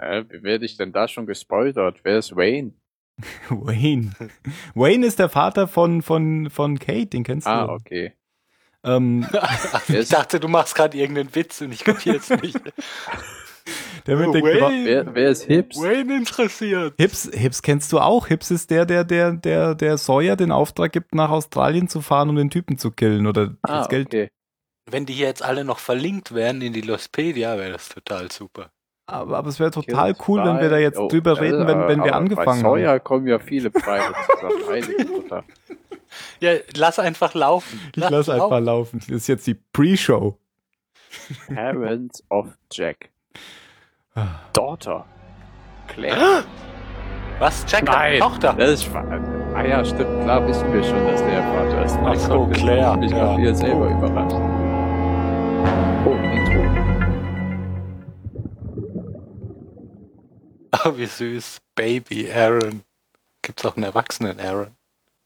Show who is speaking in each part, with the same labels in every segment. Speaker 1: Hä, wie werde ich denn da schon gespoilert? Wer ist Wayne?
Speaker 2: Wayne. Wayne ist der Vater von, von, von Kate, den kennst
Speaker 1: Ah,
Speaker 2: du.
Speaker 1: okay.
Speaker 2: Ähm,
Speaker 1: Wer
Speaker 3: Ich
Speaker 1: ist,
Speaker 3: dachte, du machst gerade irgendeinen Witz und ich kapiere es nicht.
Speaker 2: der mit den Gra-
Speaker 1: wer, wer ist Hips?
Speaker 3: Wayne interessiert.
Speaker 2: Hips, Hips kennst du auch. Hips ist der, der, der, der, der Sawyer den Auftrag gibt, nach Australien zu fahren, um den Typen zu killen oder
Speaker 1: Ah,
Speaker 2: das Geld.
Speaker 1: okay.
Speaker 3: Wenn die jetzt alle noch verlinkt wären in die Lostpedia, wäre das total super.
Speaker 2: Aber, aber es wäre total cool, wenn wir da jetzt
Speaker 1: Oh,
Speaker 2: drüber reden, wenn, wenn
Speaker 1: aber
Speaker 2: wir
Speaker 1: Bei
Speaker 2: angefangen haben.
Speaker 1: Sawyer kommen ja viele Preise zusammen. Heilige Mutter.
Speaker 3: Ja, lass einfach laufen.
Speaker 2: Ich lasse einfach
Speaker 3: laufen.
Speaker 2: laufen. Das ist jetzt die Pre-Show.
Speaker 1: Parents of Jack.
Speaker 2: Ah.
Speaker 1: Daughter. Claire.
Speaker 3: Was? Jack, deine Ah, Tochter.
Speaker 1: Das ist schwach. Ah ja, stimmt. Klar wissen wir schon, dass der Vater ist.
Speaker 3: Ach so, Claire,
Speaker 1: Ich
Speaker 3: ja.
Speaker 1: habe hier selber überrascht. Oh, Intro.
Speaker 3: Oh, wie süß. Baby Aaron. Gibt's auch einen erwachsenen Aaron?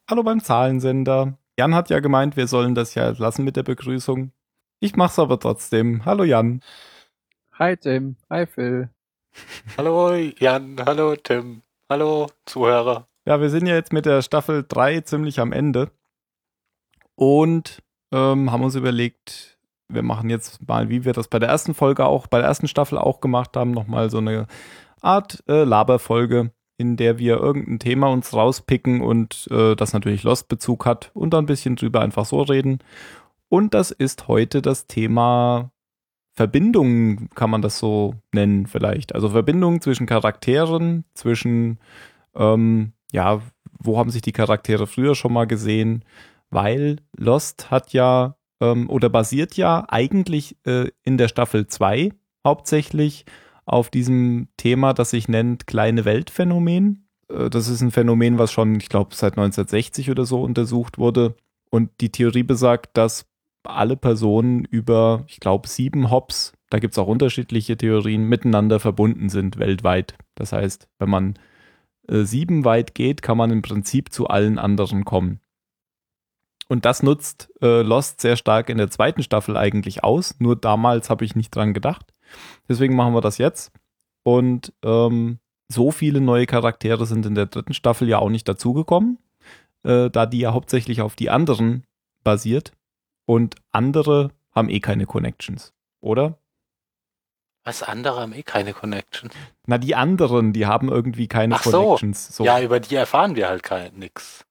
Speaker 2: Hallo beim Zahlensender. Jan hat ja gemeint, wir sollen das ja lassen mit der Begrüßung. Ich mach's aber trotzdem. Hallo Jan.
Speaker 1: Hi Tim. Hi Phil.
Speaker 3: Hallo Jan, hallo Tim, hallo Zuhörer.
Speaker 2: Ja, wir sind ja jetzt mit der Staffel 3 ziemlich am Ende und ähm, haben uns überlegt, wir machen jetzt mal, wie wir das bei der ersten Folge auch, bei der ersten Staffel auch gemacht haben, nochmal so eine Art äh, Laberfolge, in der wir irgendein Thema uns rauspicken und äh, das natürlich Lost-Bezug hat und dann ein bisschen drüber einfach so reden. Und das ist heute das Thema Verbindungen, kann man das so nennen vielleicht. Also Verbindungen zwischen Charakteren, zwischen ähm, ja, wo haben sich die Charaktere früher schon mal gesehen? Weil Lost hat ja ähm, oder basiert ja eigentlich äh, in der Staffel 2 hauptsächlich auf diesem Thema, das sich nennt kleine Weltphänomen. Äh, das ist ein Phänomen, was schon, ich glaube, seit 1960 oder so untersucht wurde. Und die Theorie besagt, dass alle Personen über, ich glaube, sieben Hops, da gibt es auch unterschiedliche Theorien, miteinander verbunden sind weltweit. Das heißt, wenn man äh, sieben weit geht, kann man im Prinzip zu allen anderen kommen. Und das nutzt äh, Lost sehr stark in der zweiten Staffel eigentlich aus. Nur damals habe ich nicht dran gedacht. Deswegen machen wir das jetzt. Und ähm, so viele neue Charaktere sind in der dritten Staffel ja auch nicht dazugekommen, äh, da die ja hauptsächlich auf die anderen basiert. Und andere haben eh keine Connections, oder?
Speaker 3: Was andere haben eh keine Connection.
Speaker 2: Na, die anderen, die haben irgendwie keine
Speaker 3: Ach so.
Speaker 2: Connections. So.
Speaker 3: Ja, über die erfahren wir halt kein nix.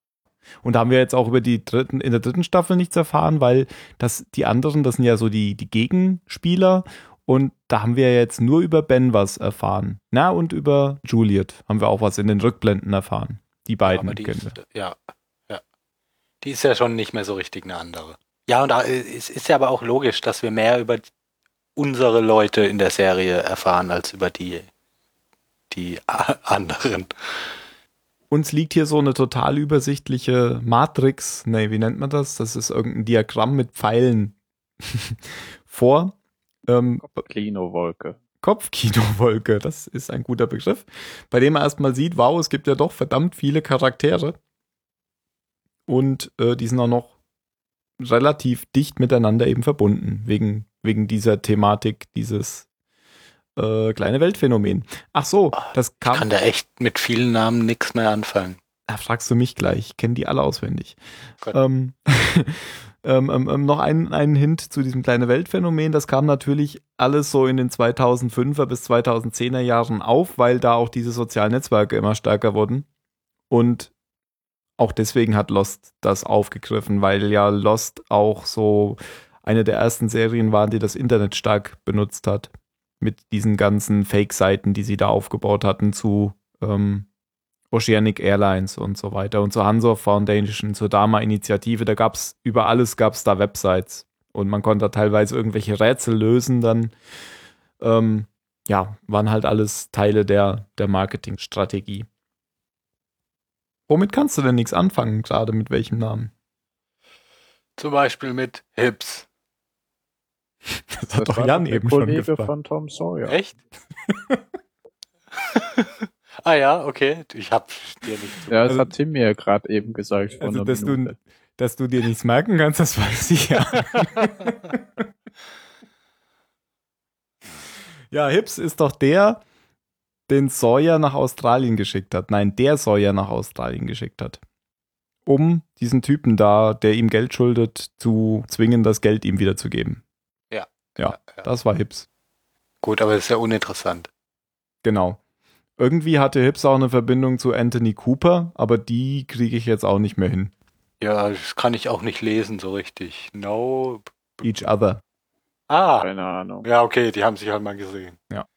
Speaker 2: Und da haben wir jetzt auch über die dritten, in der dritten Staffel nichts erfahren, weil das, die anderen, das sind ja so die, die Gegenspieler. Und da haben wir jetzt nur über Ben was erfahren. Na, und über Juliet haben wir auch was in den Rückblenden erfahren. Die beiden
Speaker 3: Aber die
Speaker 2: kennen wir.
Speaker 3: ist, äh, ja, ja. Die ist ja schon nicht mehr so richtig eine andere. Ja, und da- äh, es ist ja aber auch logisch, dass wir mehr über unsere Leute in der Serie erfahren als über die, die a- anderen.
Speaker 2: Uns liegt hier so eine total übersichtliche Matrix, nee, wie nennt man das? Das ist irgendein Diagramm mit Pfeilen vor. Ähm,
Speaker 1: Klino-Wolke.
Speaker 2: Kopfkinowolke, das ist ein guter Begriff, bei dem man erstmal sieht, wow, es gibt ja doch verdammt viele Charaktere. Und äh, die sind auch noch relativ dicht miteinander eben verbunden, wegen, wegen dieser Thematik, dieses äh, kleine Weltphänomen. Ach so, das kam.
Speaker 3: Ah, Kann da echt mit vielen Namen nichts mehr anfangen.
Speaker 2: Da fragst du mich gleich. Ich kenne die alle auswendig.
Speaker 3: Gott.
Speaker 2: Ähm, ähm, ähm, ähm, noch einen, einen Hint zu diesem kleinen Weltphänomen. Das kam natürlich alles so in den 2005er bis 2010er Jahren auf, weil da auch diese sozialen Netzwerke immer stärker wurden. Und auch deswegen hat Lost das aufgegriffen, weil ja Lost auch so eine der ersten Serien war, die das Internet stark benutzt hat. Mit diesen ganzen Fake-Seiten, die sie da aufgebaut hatten zu ähm, Oceanic Airlines und so weiter und zur Hansa Foundation, zur Dama-Initiative, da gab es über alles gab es da Websites und man konnte da teilweise irgendwelche Rätsel lösen, dann ähm, ja, waren halt alles Teile der, der Marketingstrategie. Womit kannst du denn nichts anfangen, gerade mit welchem Namen?
Speaker 3: Zum Beispiel mit Hips.
Speaker 2: Das
Speaker 1: Das
Speaker 2: hat doch
Speaker 1: war
Speaker 2: Jan
Speaker 1: der
Speaker 2: eben schon
Speaker 1: Kollege
Speaker 2: gefragt.
Speaker 1: von Tom Sawyer.
Speaker 3: Echt? ah ja, okay. Ich hab dir nicht
Speaker 1: Ja, das
Speaker 2: Also-
Speaker 1: hat Tim mir gerade eben gesagt. vor
Speaker 2: Also,
Speaker 1: einer
Speaker 2: dass
Speaker 1: Minute.
Speaker 2: du, dass du dir nichts merken kannst, das weiß ich ja. ja, Hips ist doch der, den Sawyer nach Australien geschickt hat. Nein, der Sawyer nach Australien geschickt hat. Um diesen Typen da, der ihm Geld schuldet, zu zwingen, das Geld ihm wiederzugeben.
Speaker 3: Ja.
Speaker 2: Ja,
Speaker 3: ja.
Speaker 2: das war Hips.
Speaker 3: Gut, aber das ist ja uninteressant.
Speaker 2: Genau. Irgendwie hatte Hips auch eine Verbindung zu Anthony Cooper, aber die kriege ich jetzt auch nicht mehr hin.
Speaker 3: Ja, das kann ich auch nicht lesen so richtig. No.
Speaker 2: Each other.
Speaker 3: Ah.
Speaker 1: Keine Ahnung.
Speaker 3: Ja, okay, die haben sich halt mal gesehen.
Speaker 2: Ja.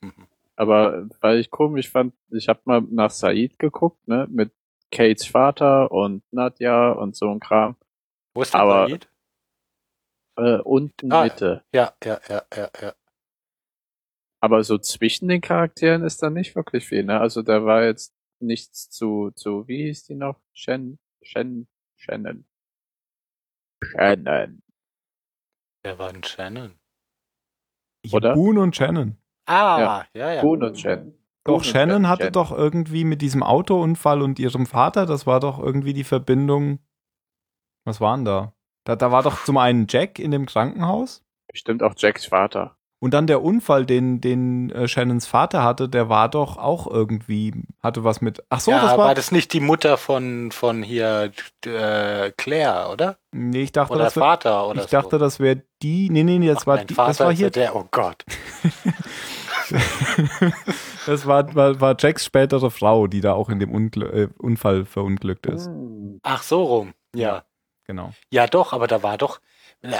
Speaker 3: Mhm.
Speaker 1: Aber weil ich komisch fand, ich habe mal nach Said geguckt, ne, mit Kates Vater und Nadja und so ein Kram.
Speaker 3: Wo ist der
Speaker 1: Aber-
Speaker 3: Said?
Speaker 1: Äh, unten
Speaker 3: Ah.
Speaker 1: Mitte.
Speaker 3: Ja, ja, ja, ja, ja.
Speaker 1: Aber so zwischen den Charakteren ist da nicht wirklich viel, ne? Also da war jetzt nichts zu, zu, wie hieß die noch? Shen, Shen, Shannon. Shannon.
Speaker 3: Der war ein Shannon.
Speaker 1: Oder?
Speaker 2: Boone und Shannon.
Speaker 3: Ah, ja, ja.
Speaker 1: Boone und Shannon. Boone
Speaker 2: Doch,
Speaker 1: und
Speaker 2: Shannon hatte
Speaker 1: Shannon.
Speaker 2: doch irgendwie mit diesem Autounfall und ihrem Vater, das war doch irgendwie die Verbindung. Was waren da? Da, da war doch zum einen Jack in dem Krankenhaus
Speaker 1: Bestimmt auch Jacks Vater.
Speaker 2: und dann der Unfall, den, den äh, Shannons Vater hatte, der war doch auch irgendwie, hatte was mit. Ach so,
Speaker 3: ja,
Speaker 2: das
Speaker 3: war,
Speaker 2: war.
Speaker 3: das nicht die Mutter von, von hier äh, Claire, oder?
Speaker 2: nee, ich dachte,
Speaker 3: Oder
Speaker 2: das wär,
Speaker 3: Vater oder
Speaker 2: ich dachte,
Speaker 3: so.
Speaker 2: das wäre die. Nee, nee, nee, das
Speaker 3: Ach,
Speaker 2: war
Speaker 3: nein,
Speaker 2: die,
Speaker 3: Vater
Speaker 2: das war
Speaker 3: ist
Speaker 2: hier.
Speaker 3: ja Der, oh Gott.
Speaker 2: das war, war, war Jacks spätere Frau, die da auch in dem Ungl äh, Unfall verunglückt ist.
Speaker 3: Oh.
Speaker 1: Hm.
Speaker 3: Ach, so rum. Ja.
Speaker 2: Genau.
Speaker 3: Ja, doch, aber da war doch.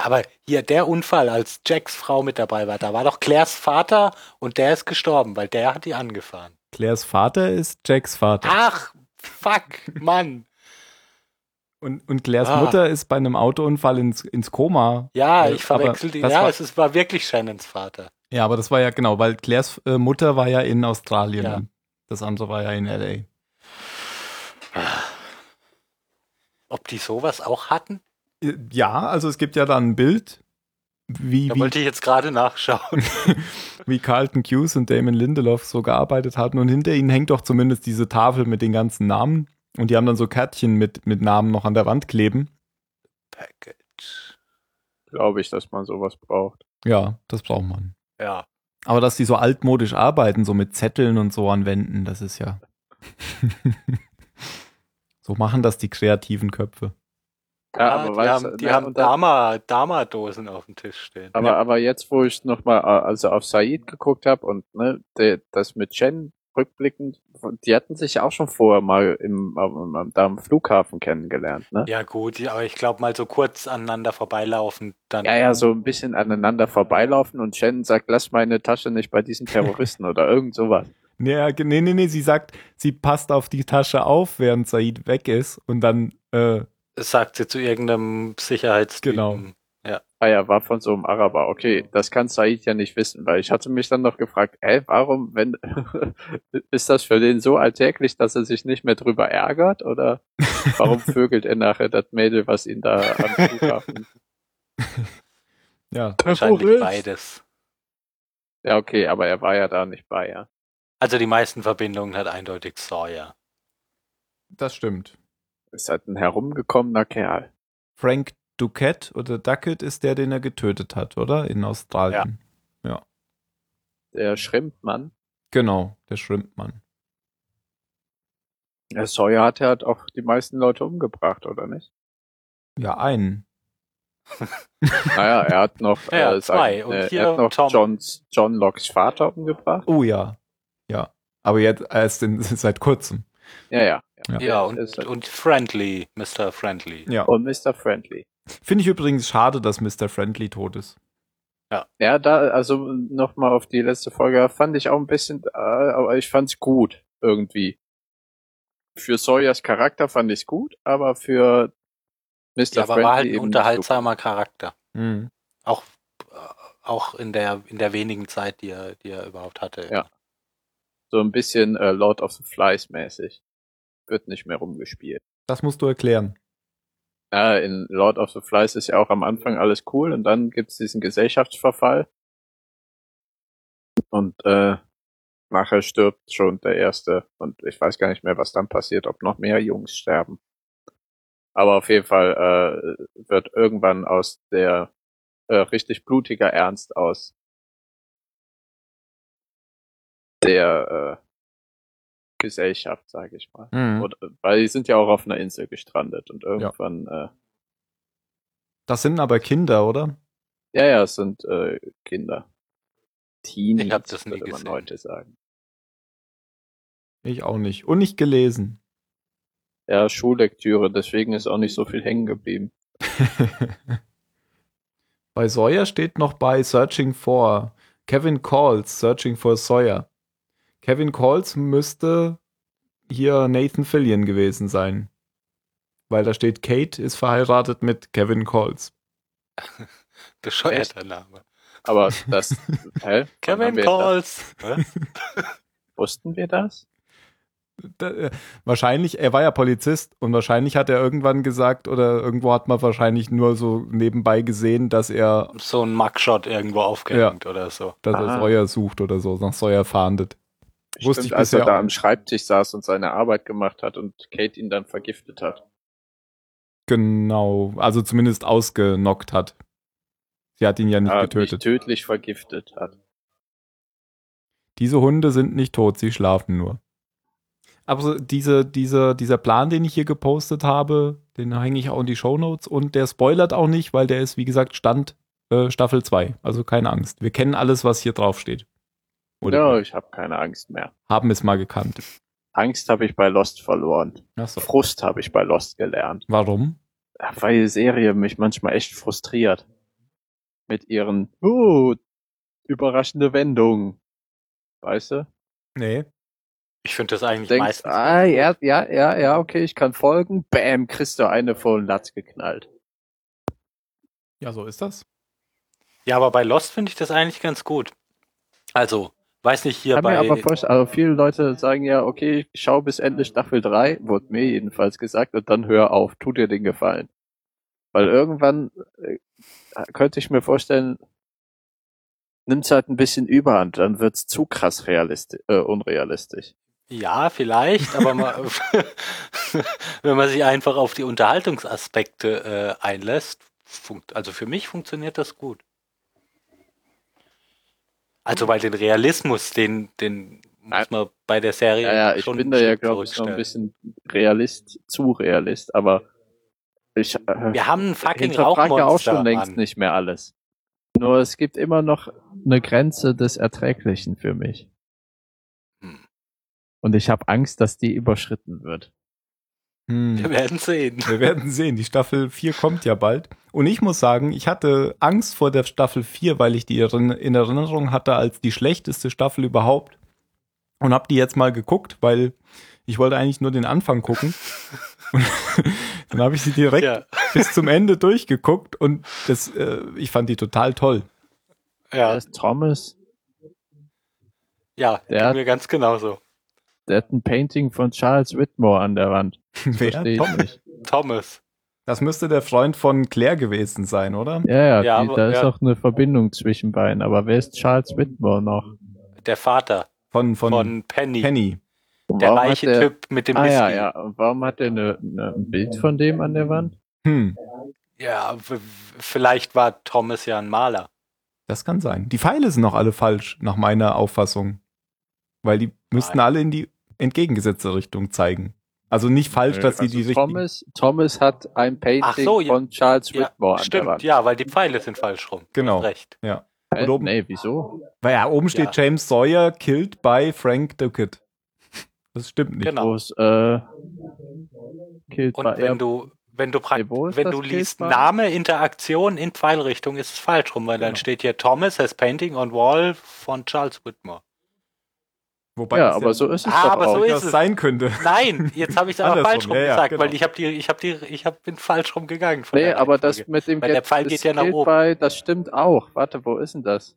Speaker 3: Aber hier der Unfall, als Jacks Frau mit dabei war, da war doch Claires Vater und der ist gestorben, weil der hat die angefahren.
Speaker 2: Claires Vater ist Jacks
Speaker 3: Ah,
Speaker 2: Vater.
Speaker 3: Ach, fuck, Mann.
Speaker 2: Und, und Claires
Speaker 3: Ah.
Speaker 2: Mutter ist bei einem Autounfall ins, ins Koma.
Speaker 3: Ja,
Speaker 2: Äh,
Speaker 3: ich verwechsel
Speaker 2: aber
Speaker 3: die.
Speaker 2: das
Speaker 3: Ja,
Speaker 2: war-
Speaker 3: es ist, war wirklich Shannons Vater.
Speaker 2: Ja, aber das war ja genau, weil Claires äh, Mutter war ja in Australien.
Speaker 3: Ja.
Speaker 2: Das andere war ja in LA.
Speaker 3: Ob die sowas auch hatten?
Speaker 2: Äh, Ja, also es gibt ja da ein Bild, wie,
Speaker 3: Da
Speaker 2: wie,
Speaker 3: wollte ich jetzt gerade nachschauen.
Speaker 2: wie Carlton Hughes und Damon Lindelof so gearbeitet hatten. Und hinter ihnen hängt doch zumindest diese Tafel mit den ganzen Namen. Und die haben dann so Kärtchen mit, mit Namen noch an der Wand kleben.
Speaker 3: Package.
Speaker 1: Glaube ich, dass man sowas braucht.
Speaker 2: Ja, das braucht man.
Speaker 3: Ja.
Speaker 2: Aber dass die so altmodisch arbeiten, so mit Zetteln und so an Wänden, das ist ja. so machen das die kreativen Köpfe.
Speaker 1: Ja,
Speaker 3: Ah,
Speaker 1: aber
Speaker 3: die
Speaker 1: weißt du,
Speaker 3: haben, die
Speaker 1: ne,
Speaker 3: haben
Speaker 1: und da-
Speaker 3: Dama, Dama-Dosen auf dem Tisch stehen.
Speaker 1: Aber, aber jetzt, wo ich nochmal also auf Said geguckt habe und ne, der, das mit Chen rückblickend, die hatten sich ja auch schon vorher mal im, am, am, da am Flughafen kennengelernt, ne?
Speaker 3: Ja gut, ja, aber ich glaube mal so kurz aneinander vorbeilaufen, dann
Speaker 1: Ja, ja, so ein bisschen aneinander vorbeilaufen und Chen sagt, lass meine Tasche nicht bei diesen Terroristen oder irgend sowas.
Speaker 2: Nee, ja, ge- nee, nee, nee, sie sagt, sie passt auf die Tasche auf, während Said weg ist und dann, äh,
Speaker 3: sagt sie zu irgendeinem
Speaker 2: Genau.
Speaker 3: Sicherheitsdienst.
Speaker 1: Ah ja, war von so einem Araber. Okay, das kann Said ja nicht wissen, weil ich hatte mich dann noch gefragt, ey, warum, wenn, ist das für den so alltäglich, dass er sich nicht mehr drüber ärgert oder warum vögelt er nachher das Mädel, was ihn da am Flughafen
Speaker 2: ja,
Speaker 3: Wahrscheinlich beides.
Speaker 1: Ja, okay, aber er war ja da nicht bei, ja.
Speaker 3: Also die meisten Verbindungen hat eindeutig Sawyer.
Speaker 2: das stimmt.
Speaker 1: Ist halt ein herumgekommener Kerl.
Speaker 2: Frank Duquette oder Duckett ist der, den er getötet hat, oder? In Australien.
Speaker 1: Der Schrimpmann.
Speaker 2: Genau, der Shrimpmann.
Speaker 1: Der Sawyer hat ja halt auch die meisten Leute umgebracht, oder nicht?
Speaker 2: Ja, einen.
Speaker 1: Naja, er hat noch,
Speaker 3: Ja, zwei. Und
Speaker 1: äh,
Speaker 3: hier
Speaker 1: er hat noch
Speaker 3: Tom.
Speaker 1: Johns, John Locks Vater umgebracht.
Speaker 2: Oh ja. Ja. Aber jetzt erst in, seit kurzem.
Speaker 1: Ja, ja.
Speaker 2: Ja.
Speaker 3: Ja,
Speaker 1: ist halt-
Speaker 3: und,
Speaker 1: er.
Speaker 3: und Friendly, Mr. Friendly.
Speaker 2: Ja.
Speaker 1: Und Mr. Friendly.
Speaker 2: Finde ich übrigens schade, dass Mr. Friendly tot ist.
Speaker 1: Ja, da, also nochmal auf die letzte Folge, fand ich auch ein bisschen, äh, aber ich fand's gut, irgendwie. Für Sawyers Charakter fand ich's gut, aber für Mr.
Speaker 3: Ja, aber
Speaker 1: Friendly
Speaker 3: war halt ein
Speaker 1: eben
Speaker 3: unterhaltsamer Charakter.
Speaker 2: Mhm.
Speaker 3: Auch, äh, auch in der in der wenigen Zeit, die er, die er überhaupt hatte.
Speaker 1: Ja. so ein bisschen äh, Lord of the Flies mäßig. Wird nicht mehr rumgespielt.
Speaker 2: Das musst du erklären.
Speaker 1: Ja, in Lord of the Flies ist ja auch am Anfang alles cool und dann gibt's diesen Gesellschaftsverfall. Und äh, nachher stirbt schon der Erste. Und ich weiß gar nicht mehr, was dann passiert, ob noch mehr Jungs sterben. Aber auf jeden Fall äh, wird irgendwann aus der äh, richtig blutiger Ernst aus der äh, Gesellschaft, sage ich mal.
Speaker 2: Mhm.
Speaker 1: Oder, weil die sind ja auch auf einer Insel gestrandet und irgendwann, ja, äh,
Speaker 2: Das sind aber Kinder, oder?
Speaker 1: ja, ja, es sind äh, Kinder. Teenies,
Speaker 3: Ich hab das nie
Speaker 1: würde man
Speaker 3: gesehen.
Speaker 1: heute sagen.
Speaker 2: Ich auch nicht. Und nicht gelesen.
Speaker 1: Ja, Schullektüre, deswegen ist auch nicht so viel hängen geblieben.
Speaker 2: bei Sawyer steht noch bei Searching for. Kevin Calls, Searching for Sawyer. Kevin Calls müsste hier Nathan Fillion gewesen sein. Weil da steht, Kate ist verheiratet mit Kevin Calls.
Speaker 3: Bescheuerter Name.
Speaker 1: Aber das, hä? Wann haben
Speaker 3: Kevin
Speaker 1: wir
Speaker 3: Calls. Was?
Speaker 1: Das, wussten wir das?
Speaker 2: Da, äh, wahrscheinlich, er war ja Polizist und wahrscheinlich hat er irgendwann gesagt oder irgendwo hat man wahrscheinlich nur so nebenbei gesehen, dass er,
Speaker 3: So ein Mugshot irgendwo aufgehängt oder so.
Speaker 2: dass
Speaker 1: Ah.
Speaker 2: er Sawyer sucht oder so, nach Sawyer fahndet. Wusste ich
Speaker 1: als er
Speaker 2: bisher
Speaker 1: da
Speaker 2: auch
Speaker 1: am
Speaker 2: nicht.
Speaker 1: Schreibtisch saß und seine Arbeit gemacht hat und Kate ihn dann vergiftet hat.
Speaker 2: Genau, also zumindest ausgenockt hat. Sie hat ihn ja nicht
Speaker 1: Ah,
Speaker 2: getötet.
Speaker 1: Nicht tödlich vergiftet hat.
Speaker 2: Diese Hunde sind nicht tot, sie schlafen nur. Aber so diese, diese, dieser Plan, den ich hier gepostet habe, den hänge ich auch in die Shownotes und der spoilert auch nicht, weil der ist, wie gesagt, Stand äh, Staffel 2. Also keine Angst. Wir kennen alles, was hier draufsteht. Oder
Speaker 1: ja, ich habe keine Angst mehr.
Speaker 2: haben es mal gekannt.
Speaker 1: Angst habe ich bei Lost verloren.
Speaker 2: Achso.
Speaker 1: Frust habe ich bei Lost gelernt.
Speaker 2: Warum?
Speaker 1: Ja, Weil die Serie mich manchmal echt frustriert. Mit ihren, uh, überraschende Wendungen. Weißt du?
Speaker 2: Nee.
Speaker 3: Ich finde das eigentlich
Speaker 1: Denkst,
Speaker 3: meistens.
Speaker 1: ah, ja, ja, ja, ja, okay, ich kann folgen. Bam, kriegst du eine von Latz geknallt.
Speaker 2: Ja, so ist das.
Speaker 3: Ja, aber bei Lost finde ich das eigentlich ganz gut. Also, weiß nicht, hier
Speaker 1: kann mir
Speaker 3: bei.
Speaker 1: aber vorstellen, also viele Leute sagen ja, okay, ich schau bis Ende Staffel 3, wurde mir jedenfalls gesagt, und dann hör auf, tu dir den Gefallen. Weil irgendwann äh, könnte ich mir vorstellen, nimmt's halt ein bisschen überhand, dann wird's zu krass realistisch, äh, unrealistisch.
Speaker 3: Ja, vielleicht, aber mal, wenn man sich einfach auf die Unterhaltungsaspekte äh, einlässt, funkt, also für mich funktioniert das gut.
Speaker 1: Mhm.
Speaker 3: Also weil den Realismus, den, den muss man bei der Serie
Speaker 1: Ja, ja, ich
Speaker 3: schon
Speaker 1: bin da ja,
Speaker 3: einen Schritt
Speaker 1: glaube ich, noch ein
Speaker 3: zurückstellen.
Speaker 1: bisschen Realist, zu Realist, aber ich äh,
Speaker 3: Wir haben ein fucking
Speaker 1: hinterfrag
Speaker 3: Rauchmonster.
Speaker 1: ja auch schon längst
Speaker 3: Mann.
Speaker 1: nicht mehr alles. Nur es gibt immer noch eine Grenze des Erträglichen für mich.
Speaker 3: Hm.
Speaker 1: Und ich habe Angst, dass die überschritten wird.
Speaker 3: Wir
Speaker 2: Hm.
Speaker 3: werden sehen.
Speaker 2: Wir werden sehen. Die Staffel 4 kommt ja bald. Und ich muss sagen, ich hatte Angst vor der Staffel 4, weil ich die erin- in Erinnerung hatte als die schlechteste Staffel überhaupt. Und habe die jetzt mal geguckt, weil ich wollte eigentlich nur den Anfang gucken. Und dann habe ich sie direkt
Speaker 3: Ja,
Speaker 2: bis zum Ende durchgeguckt und das, äh, ich fand die total toll.
Speaker 1: Der
Speaker 3: ja,
Speaker 1: ist Thomas,
Speaker 3: ja,
Speaker 1: Der-
Speaker 3: ging mir ganz genauso.
Speaker 1: der hat ein Painting von Charles Whitmore an der Wand. Versteh ich
Speaker 2: Tom-
Speaker 1: nicht.
Speaker 3: Thomas.
Speaker 2: Das müsste der Freund von Claire gewesen sein, oder?
Speaker 1: Ja, ja,
Speaker 3: Ja,
Speaker 1: die,
Speaker 3: aber-
Speaker 1: da ist
Speaker 3: ja.
Speaker 1: auch eine Verbindung zwischen beiden. Aber wer ist Charles Whitmore noch?
Speaker 3: Der Vater
Speaker 2: Von, von,
Speaker 3: von, Penny.
Speaker 2: Penny.
Speaker 1: Und
Speaker 3: Der
Speaker 1: warum hat
Speaker 3: reiche
Speaker 1: der-
Speaker 3: Typ mit dem
Speaker 1: Ah
Speaker 3: Whisky.
Speaker 1: ja, ja. Und warum hat er eine, eine, ein Bild von dem an der Wand?
Speaker 2: Hm,
Speaker 3: Ja, w- w- vielleicht war Thomas ja ein Maler.
Speaker 2: das kann sein. Die Pfeile sind noch alle falsch, nach meiner Auffassung. Weil die müssten alle in die entgegengesetzte Richtung zeigen. Also nicht falsch, dass sie
Speaker 1: Also
Speaker 2: die richtigen.
Speaker 1: Thomas, Thomas hat ein Painting
Speaker 3: so, ja.
Speaker 1: von Charles
Speaker 3: Ja,
Speaker 1: Whitmore an der
Speaker 3: Stimmt,
Speaker 1: Wand.
Speaker 3: ja, weil die Pfeile sind falsch rum.
Speaker 2: Genau.
Speaker 3: Recht.
Speaker 1: Äh,
Speaker 2: Und oben-
Speaker 1: nee, wieso?
Speaker 2: Weil ja, oben steht James Sawyer killed by Frank Duckett. Das stimmt nicht.
Speaker 1: Wo
Speaker 3: Genau.
Speaker 1: es, äh, Killed
Speaker 3: Und
Speaker 1: by
Speaker 3: wenn
Speaker 1: Air-
Speaker 3: du, wenn du
Speaker 1: Nee, wo
Speaker 3: praktisch,
Speaker 1: ist
Speaker 3: wenn
Speaker 1: das
Speaker 3: du liest
Speaker 1: Killbar?
Speaker 3: Name, Interaktion in Pfeilrichtung, ist es falsch rum, weil dann
Speaker 2: Genau.
Speaker 3: steht hier Thomas has painting on wall von Charles Whitmore.
Speaker 2: Wobei
Speaker 1: Ja,
Speaker 2: das
Speaker 1: aber so ist es
Speaker 3: Ah,
Speaker 1: doch
Speaker 3: aber
Speaker 1: auch.
Speaker 3: so ist
Speaker 2: das
Speaker 3: es.
Speaker 2: sein könnte.
Speaker 3: Nein, jetzt habe ich es aber
Speaker 2: Andersrum,
Speaker 3: falsch rum
Speaker 2: ja, ja,
Speaker 3: gesagt,
Speaker 2: genau.
Speaker 3: weil ich habe die, ich habe die, ich hab, bin falsch rum gegangen. von
Speaker 1: Nee,
Speaker 3: der
Speaker 1: aber das
Speaker 3: Reihenfolge.
Speaker 1: mit dem
Speaker 3: Weil der
Speaker 1: Get-
Speaker 3: Pfeil
Speaker 1: ist
Speaker 3: geht ja nach
Speaker 1: Killed
Speaker 3: oben.
Speaker 1: By, das stimmt auch. Warte, wo ist denn das?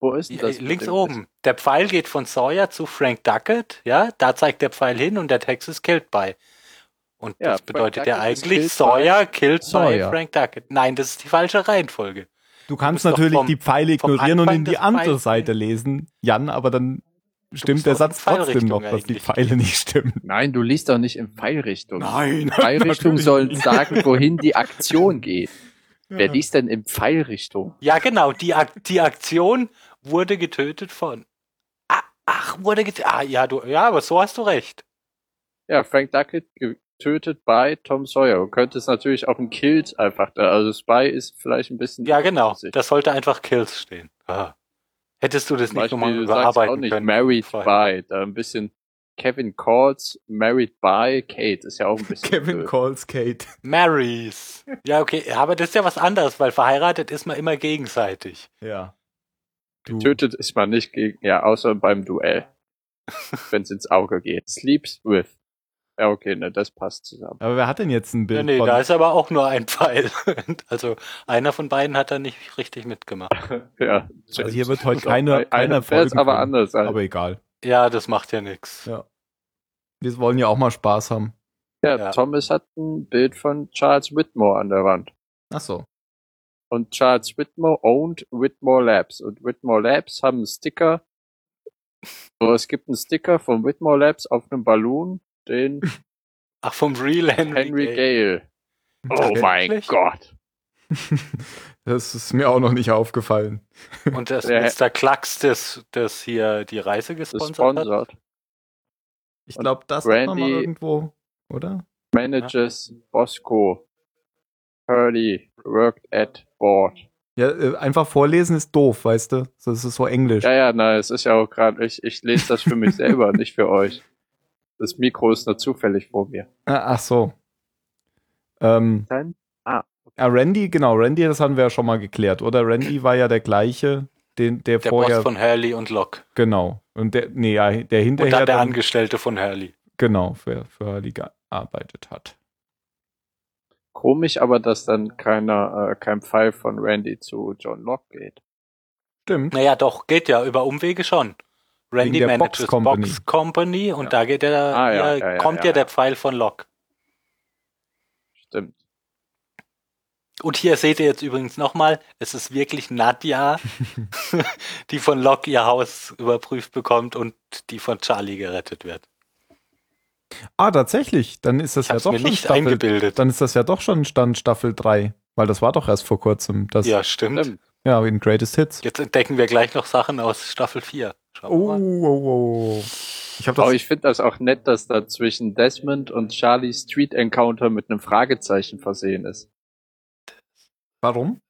Speaker 1: Wo ist denn
Speaker 3: Ja,
Speaker 1: das? mit
Speaker 3: Links
Speaker 1: dem-
Speaker 3: oben. Der Pfeil geht von Sawyer zu Frank Duckett, ja, da zeigt der Pfeil hin und der Text ist killed by. Und
Speaker 1: Ja,
Speaker 3: das
Speaker 1: Frank
Speaker 3: bedeutet ja
Speaker 1: Duckett ist
Speaker 3: eigentlich
Speaker 1: killed
Speaker 3: Sawyer killed
Speaker 1: Sawyer.
Speaker 3: by Frank Duckett. Nein, das ist die falsche Reihenfolge.
Speaker 2: Du kannst
Speaker 3: bist doch
Speaker 2: natürlich
Speaker 3: vom-
Speaker 2: die Pfeile
Speaker 3: vom
Speaker 2: ignorieren und
Speaker 3: Anfang
Speaker 2: in die
Speaker 3: des
Speaker 2: andere
Speaker 3: Pfeils-
Speaker 2: Seite lesen, Jan, aber dann stimmt
Speaker 3: bist
Speaker 2: der
Speaker 3: doch in
Speaker 2: Satz trotzdem
Speaker 3: Pfeilrichtung
Speaker 2: noch, dass die
Speaker 3: eigentlich.
Speaker 2: Pfeile nicht stimmen.
Speaker 1: Nein, du liest doch nicht in Pfeilrichtung.
Speaker 2: Nein,
Speaker 1: Pfeilrichtung
Speaker 2: natürlich
Speaker 1: soll
Speaker 2: nicht.
Speaker 1: sagen, wohin die Aktion geht. Wer
Speaker 2: Ja.
Speaker 1: liest denn in Pfeilrichtung?
Speaker 3: Ja, genau, die, Ak die Aktion wurde getötet von. Ah, Ach, wurde get Ah, ja, du, ja, aber so hast du recht.
Speaker 1: Ja, Frank Duckett getötet bei Tom Sawyer. Du könntest natürlich auch ein Killed einfach da. Also Spy ist vielleicht ein bisschen.
Speaker 3: Ja, genau.
Speaker 1: ungünstig.
Speaker 3: Das sollte einfach Kills stehen. Ah. Hättest du das nicht nochmal
Speaker 1: du sagst
Speaker 3: überarbeiten
Speaker 1: auch nicht
Speaker 3: können?
Speaker 1: Married
Speaker 3: vorher.
Speaker 1: by. Da ein bisschen Kevin Calls, Married by Kate ist ja auch ein bisschen.
Speaker 2: Kevin
Speaker 1: blöd.
Speaker 2: calls Kate.
Speaker 3: Marries. Ja, okay. Aber das ist ja was anderes, weil verheiratet ist man immer gegenseitig.
Speaker 2: Ja. Du.
Speaker 1: Getötet ist man nicht gegen, ja, außer beim Duell. Wenn es ins Auge geht. Sleeps with. Ja, okay, ne, das passt zusammen.
Speaker 2: Aber wer hat denn jetzt ein
Speaker 3: Ja,
Speaker 2: Bild?
Speaker 3: nee,
Speaker 2: von,
Speaker 3: da ist aber auch nur ein Pfeil. Also einer von beiden hat da nicht richtig mitgemacht.
Speaker 1: Ja.
Speaker 2: also hier wird heute keine,
Speaker 1: Einer
Speaker 2: keine
Speaker 1: fällt
Speaker 2: Folge.
Speaker 1: es aber
Speaker 2: geben.
Speaker 1: anders. Als,
Speaker 2: aber egal.
Speaker 3: Ja, das macht ja nichts.
Speaker 2: Ja. Wir wollen ja auch mal Spaß haben.
Speaker 1: ja,
Speaker 3: ja.
Speaker 1: Thomas hat ein Bild von Charles Whitmore an der Wand.
Speaker 2: Ach so.
Speaker 1: Und Charles Whitmore owned Whitmore Labs. Und Whitmore Labs haben einen Sticker. So, es gibt einen Sticker von Whitmore Labs auf einem Ballon, den
Speaker 3: Ach, vom Real Henry,
Speaker 1: Henry
Speaker 3: Gay.
Speaker 1: Gale. Oh
Speaker 3: Tatsächlich?
Speaker 1: mein Gott.
Speaker 2: das ist mir auch noch nicht aufgefallen.
Speaker 3: Und das
Speaker 1: Der-
Speaker 3: Mr. Klacks, das, das hier die Reise
Speaker 1: Das
Speaker 3: gesponsert hat.
Speaker 1: sponsert.
Speaker 2: Ich
Speaker 1: Und
Speaker 2: glaube, das hat man mal
Speaker 1: Brandy-
Speaker 2: irgendwo, oder?
Speaker 1: Manages Bosco. Hurley worked at board.
Speaker 2: Ja, äh, einfach vorlesen ist doof, weißt du? So, Das ist so englisch.
Speaker 1: Ja, ja, na, es ist ja auch gerade, ich, ich lese das für mich selber, nicht für euch. Das Mikro ist nur zufällig vor mir.
Speaker 2: Ah, Ach so. Ähm,
Speaker 1: Dann?
Speaker 2: ah, Randy, genau, Randy, das haben wir ja schon mal geklärt, oder? Randy war ja der gleiche, den, der,
Speaker 3: Der
Speaker 2: vorher.
Speaker 3: Boss von Hurley und Locke.
Speaker 2: genau. Und der, nee, ja, der
Speaker 3: Und
Speaker 2: hinterher
Speaker 3: dann der
Speaker 2: dann-
Speaker 3: Angestellte von Hurley.
Speaker 2: genau, für, für Hurley gearbeitet hat.
Speaker 1: Komisch aber, dass dann keiner, äh, kein Pfeil von Randy zu John Locke geht.
Speaker 2: Stimmt.
Speaker 3: Naja, doch, geht ja, über Umwege schon. Randy
Speaker 2: der
Speaker 3: manages
Speaker 2: Box
Speaker 3: Box
Speaker 2: Company.
Speaker 3: Company, und
Speaker 2: Ja.
Speaker 3: da geht der,
Speaker 1: Ah, ja,
Speaker 3: ja,
Speaker 1: ja, ja,
Speaker 3: kommt
Speaker 1: ja,
Speaker 3: ja,
Speaker 1: ja.
Speaker 3: der Pfeil von Locke.
Speaker 1: Stimmt.
Speaker 3: Und hier seht ihr jetzt übrigens nochmal, es ist wirklich Nadja, die von Locke ihr Haus überprüft bekommt und die von Charlie gerettet wird.
Speaker 2: Ah, tatsächlich. Dann ist das
Speaker 3: Ich
Speaker 2: ja
Speaker 3: hab's
Speaker 2: doch
Speaker 3: mir
Speaker 2: schon
Speaker 3: nicht
Speaker 2: Staffel.
Speaker 3: eingebildet.
Speaker 2: Dann ist das ja doch schon Stand Staffel 3. Weil das war doch erst vor kurzem. Das, ja.
Speaker 3: Ja, stimmt.
Speaker 1: Stimmt.
Speaker 2: ja, in Greatest Hits.
Speaker 3: Jetzt entdecken wir gleich noch Sachen aus Staffel 4. Schauen
Speaker 2: Uh,
Speaker 3: wir mal.
Speaker 2: oh, oh. Ich habe das.
Speaker 1: Aber ich finde das auch nett, dass da zwischen Desmond und Charlie Street Encounter mit einem Fragezeichen versehen ist.
Speaker 2: warum?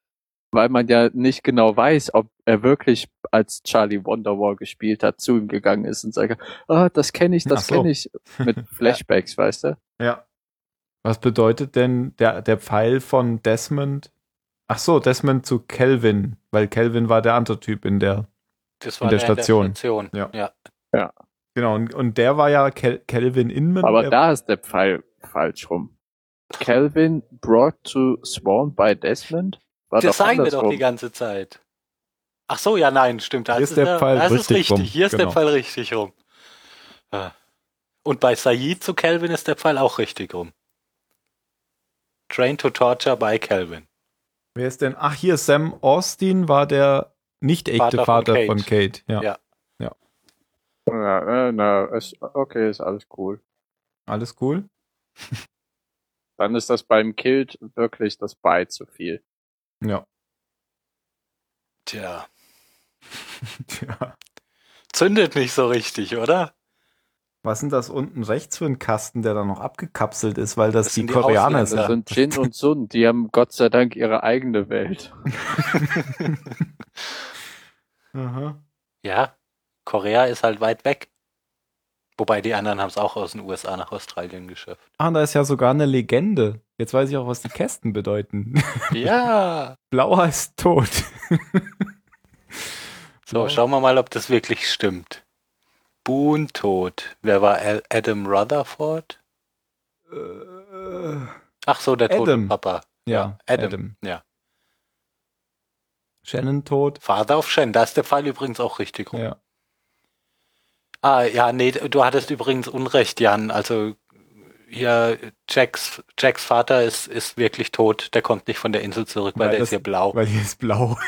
Speaker 1: Weil man ja nicht genau weiß, ob er wirklich als Charlie Wonderwall gespielt hat, zu ihm gegangen ist und sagt, ah, das kenne ich, das
Speaker 2: Ach so.
Speaker 1: kenne ich. Mit Flashbacks, weißt du?
Speaker 2: Ja. Was bedeutet denn der, der Pfeil von Desmond? Ach so, Desmond zu Kelvin, weil Kelvin war der andere Typ in der.
Speaker 3: Das
Speaker 2: in der
Speaker 3: in
Speaker 2: Station.
Speaker 3: Station.
Speaker 2: Ja.
Speaker 3: ja.
Speaker 2: Genau, und, und der war ja Kel Kelvin Inman.
Speaker 1: Aber
Speaker 2: der,
Speaker 1: da ist der Pfeil falsch rum. Calvin brought to Sworn by Desmond? War
Speaker 3: Das
Speaker 1: doch
Speaker 3: sagen wir doch die
Speaker 1: andersrum.
Speaker 3: ganze Zeit. Ach so, ja, nein, stimmt. ne? Da
Speaker 2: Hier ist der Pfeil
Speaker 3: das ist
Speaker 2: richtig
Speaker 3: richtig.
Speaker 2: rum,
Speaker 3: Hier ist
Speaker 2: genau.
Speaker 3: der Pfeil richtig rum. Ah. Und bei Said zu Calvin ist der Pfeil auch richtig rum. Train to Torture by Calvin.
Speaker 2: wer ist denn? Ach, hier, Sam Austin war der nicht echte Vater,
Speaker 3: Vater von
Speaker 2: von Kate.
Speaker 3: Kate.
Speaker 2: Ja,
Speaker 3: Ja.
Speaker 1: Na, na, äh, na, ist, okay, ist alles cool.
Speaker 2: alles cool.
Speaker 1: Dann ist das beim Kilt wirklich das Bei zu viel.
Speaker 2: Ja.
Speaker 3: Tja,
Speaker 2: Tja.
Speaker 3: zündet nicht so richtig, oder?
Speaker 2: Was sind das unten rechts für ein Kasten, der da noch abgekapselt ist, weil das,
Speaker 3: Das
Speaker 2: die
Speaker 3: sind die
Speaker 2: Koreaner
Speaker 1: Das
Speaker 3: Ja.
Speaker 2: sind?
Speaker 1: sind Jin und Sun, die haben Gott sei Dank ihre eigene Welt.
Speaker 2: Aha.
Speaker 3: Ja, Korea ist halt weit weg. Wobei die anderen haben es auch aus den USA nach Australien geschafft.
Speaker 2: Ah, da ist ja sogar eine Legende. Jetzt weiß ich auch, was die Kästen bedeuten.
Speaker 3: Ja.
Speaker 2: Blauer ist tot.
Speaker 3: So, schauen wir mal, ob das wirklich stimmt. Boone tot. Wer war Al- Adam Rutherford?
Speaker 2: Äh,
Speaker 3: Ach so, der tote
Speaker 2: Adam.
Speaker 3: Papa.
Speaker 2: ja, Adam.
Speaker 3: Adam.
Speaker 2: Ja.
Speaker 3: Ja.
Speaker 2: Shannon tot.
Speaker 3: Father of Shen, da ist der Pfeil übrigens auch richtig rum.
Speaker 2: Ja.
Speaker 3: Ah, ja, nee, du hattest übrigens Unrecht, Jan. Also hier, Jacks, Jacks Vater ist, ist wirklich tot. Der kommt nicht von der Insel zurück, weil
Speaker 2: Weil
Speaker 3: der
Speaker 2: das-
Speaker 3: ist hier blau.
Speaker 2: Weil hier ist blau.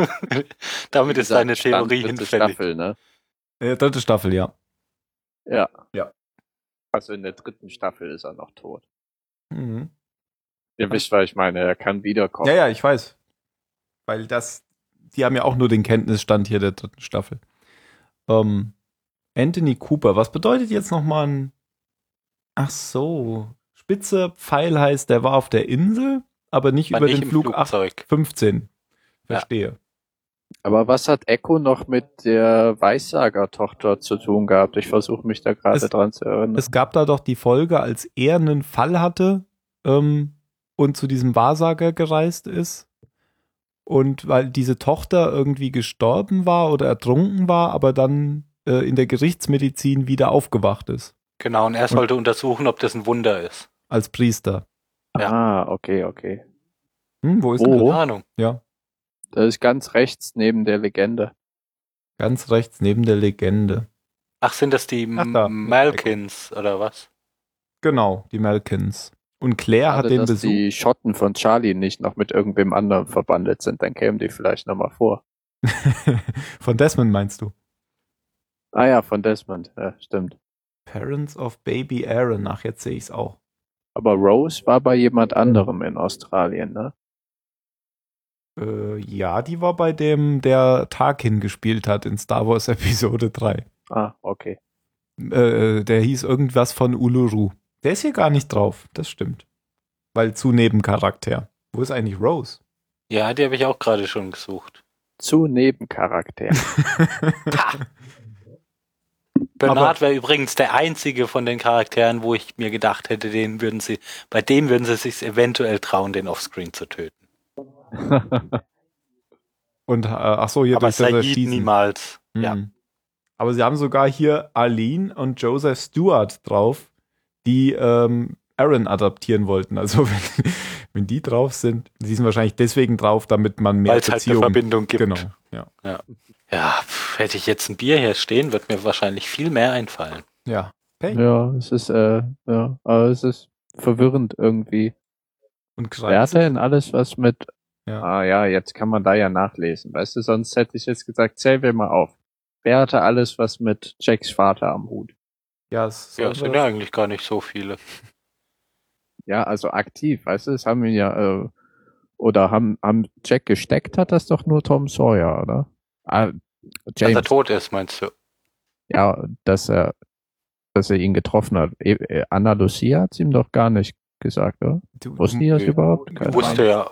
Speaker 3: Damit ist deine
Speaker 1: Stand
Speaker 3: Theorie
Speaker 1: dritte
Speaker 3: hinfällig.
Speaker 1: Staffel, ne?
Speaker 2: Äh, dritte Staffel, ja.
Speaker 1: Ja.
Speaker 2: Ja.
Speaker 1: Also in der dritten Staffel ist er noch tot.
Speaker 2: Mhm.
Speaker 1: Ihr wisst, was ich meine, er kann wiederkommen.
Speaker 2: Ja, ja, ich weiß. Weil das, die haben ja auch nur den Kenntnisstand hier der dritten Staffel. Ähm, Anthony Cooper, was bedeutet jetzt nochmal ein. Ach so. Spitze Pfeil heißt, der war auf der Insel, aber nicht
Speaker 3: War
Speaker 2: über
Speaker 3: nicht
Speaker 2: den
Speaker 3: im
Speaker 2: Flug
Speaker 3: Flugzeug.
Speaker 2: 815.
Speaker 3: Ja.
Speaker 2: Verstehe.
Speaker 1: Aber was hat Echo noch mit der Weissager-Tochter zu tun gehabt? Ich versuche mich da gerade
Speaker 2: Es-
Speaker 1: dran zu erinnern.
Speaker 2: Es gab da doch die Folge, als er einen Fall hatte ähm, und zu diesem Wahrsager gereist ist. Und weil diese Tochter irgendwie gestorben war oder ertrunken war, aber dann äh, in der Gerichtsmedizin wieder aufgewacht ist.
Speaker 3: Genau, und er
Speaker 2: Und-
Speaker 3: sollte untersuchen, ob das ein Wunder ist.
Speaker 2: Als Priester.
Speaker 3: ja.
Speaker 1: Ah, okay, okay.
Speaker 2: Hm, wo ist
Speaker 1: Oh.
Speaker 2: denn das?
Speaker 3: Keine Ahnung.
Speaker 2: Ja,
Speaker 1: Das ist ganz rechts neben der Legende.
Speaker 2: ganz rechts neben der Legende.
Speaker 3: Ach, sind das die
Speaker 2: Ach, da.
Speaker 3: M- Malkins oder was?
Speaker 2: Genau, die Malkins. Und Claire
Speaker 1: Schade,
Speaker 2: hat den
Speaker 1: dass
Speaker 2: Besuch.
Speaker 1: die Schotten von Charlie nicht noch mit irgendwem anderem verbandelt sind, dann kämen die vielleicht nochmal vor.
Speaker 2: Von Desmond meinst du?
Speaker 1: Ah ja, von Desmond, ja, stimmt.
Speaker 2: Parents of Baby Aaron. Ach, jetzt sehe ich es auch.
Speaker 1: Aber Rose war bei jemand anderem in Australien, ne?
Speaker 2: Äh, ja, die war bei dem, der Tarkin gespielt hat in Star Wars Episode 3.
Speaker 1: Ah, okay.
Speaker 2: Äh, der hieß irgendwas von Uluru. Der ist hier gar nicht drauf, das stimmt. Weil zu Nebencharakter. Wo ist eigentlich Rose?
Speaker 3: Ja, die habe ich auch gerade schon gesucht.
Speaker 1: Zu Nebencharakter.
Speaker 3: Bernard wäre übrigens der einzige von den Charakteren, wo ich mir gedacht hätte, den würden sie, bei dem würden sie sich eventuell trauen, den Offscreen zu töten.
Speaker 2: Und äh, ach so, hier
Speaker 3: Aber
Speaker 2: durch das
Speaker 3: Said
Speaker 2: Erschießen.
Speaker 3: niemals. Ja.
Speaker 2: Mhm. Aber sie haben sogar hier Arlene und Joseph Stewart drauf, die ähm, Aaron adaptieren wollten. Also wenn, wenn die drauf sind, sie sind wahrscheinlich deswegen drauf, damit man mehr
Speaker 3: Weil es halt eine
Speaker 2: Beziehungen.
Speaker 3: Verbindung gibt.
Speaker 2: Genau. Ja.
Speaker 3: Ja, pff, hätte ich jetzt ein Bier hier stehen, wird mir wahrscheinlich viel mehr einfallen.
Speaker 2: ja. Pech
Speaker 1: ja, es ist, äh, ja, aber es ist verwirrend irgendwie.
Speaker 2: und
Speaker 1: Wer
Speaker 2: Kreis.
Speaker 1: hat denn alles was mit.
Speaker 2: Ja.
Speaker 1: Ah ja, jetzt kann man da ja nachlesen. Weißt du, sonst hätte ich jetzt gesagt, zähl wir mal auf. Wer hatte alles was mit Jacks Vater am Hut?
Speaker 2: Ja, es
Speaker 3: Ja,
Speaker 2: ja,
Speaker 3: es sind ja eigentlich gar nicht so viele.
Speaker 1: Ja, also aktiv, weißt du, das haben wir ja, äh, oder haben, haben Jack gesteckt, hat das doch nur Tom Sawyer, oder? Ah,
Speaker 3: Dass
Speaker 1: James,
Speaker 3: er tot ist, meinst du?
Speaker 1: ja, dass er, dass er ihn getroffen hat. E- äh, Anna Lucia hat's ihm doch gar nicht gesagt, oder?
Speaker 2: du,
Speaker 1: Wussten die das
Speaker 3: nö.
Speaker 1: überhaupt?
Speaker 3: Ich
Speaker 1: Keine
Speaker 3: wusste
Speaker 1: Ahnung.
Speaker 3: ja,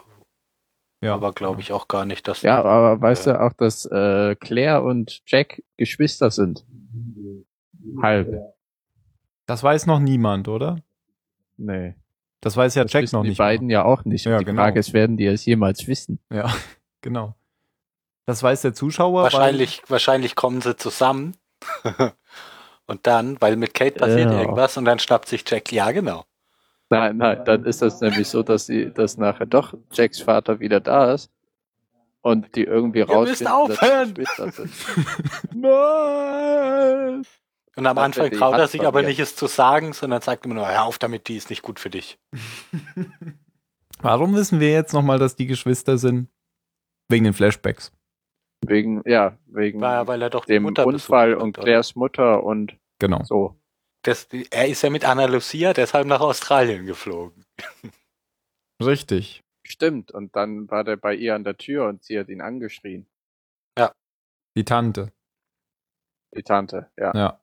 Speaker 2: ja.
Speaker 3: aber glaube ich auch gar nicht, dass.
Speaker 1: Ja, aber weißt du auch, dass äh, Claire und Jack Geschwister sind? Halb.
Speaker 2: Das weiß noch niemand, oder?
Speaker 1: Nee.
Speaker 2: Das weiß ja
Speaker 1: Das
Speaker 2: Jack
Speaker 1: wissen
Speaker 2: noch
Speaker 1: die
Speaker 2: nicht. mal.
Speaker 1: beiden ja auch nicht. Und
Speaker 2: Ja,
Speaker 1: die
Speaker 2: genau.
Speaker 1: Frage ist, werden die es jemals wissen?
Speaker 2: Ja, genau. Das weiß der Zuschauer. weil-
Speaker 3: wahrscheinlich, wahrscheinlich kommen sie zusammen. und dann, weil mit Kate passiert
Speaker 1: Ja.
Speaker 3: irgendwas und dann schnappt sich Jack. Ja, genau.
Speaker 1: Nein, nein, dann ist das nämlich so, dass sie, dass nachher doch Jacks Vater wieder da ist und die irgendwie
Speaker 3: müssen
Speaker 1: rausfinden,
Speaker 3: aufhören!
Speaker 1: dass das ist.
Speaker 2: Nein!
Speaker 3: Und am
Speaker 1: Dann
Speaker 3: Anfang
Speaker 1: wird die
Speaker 3: traut er
Speaker 1: Hand
Speaker 3: sich aber
Speaker 1: verwirrt.
Speaker 3: nicht, es zu sagen, sondern sagt immer nur, hör auf damit, die ist nicht gut für dich.
Speaker 2: Warum wissen wir jetzt nochmal, dass die Geschwister sind? Wegen den Flashbacks.
Speaker 1: wegen, ja, wegen
Speaker 3: Weil, weil er doch die
Speaker 1: Mhm. dem
Speaker 3: Mutter besucht
Speaker 1: Unfall
Speaker 3: hat,
Speaker 1: und
Speaker 3: oder?
Speaker 1: Claires Mutter und
Speaker 2: Genau.
Speaker 1: so.
Speaker 3: das, Er ist ja mit Anna Lucia deshalb nach Australien geflogen.
Speaker 2: Richtig.
Speaker 1: Stimmt, und dann war der bei ihr an der Tür und sie hat ihn angeschrien.
Speaker 2: Die Tante.
Speaker 1: Die Tante, ja.
Speaker 2: Ja.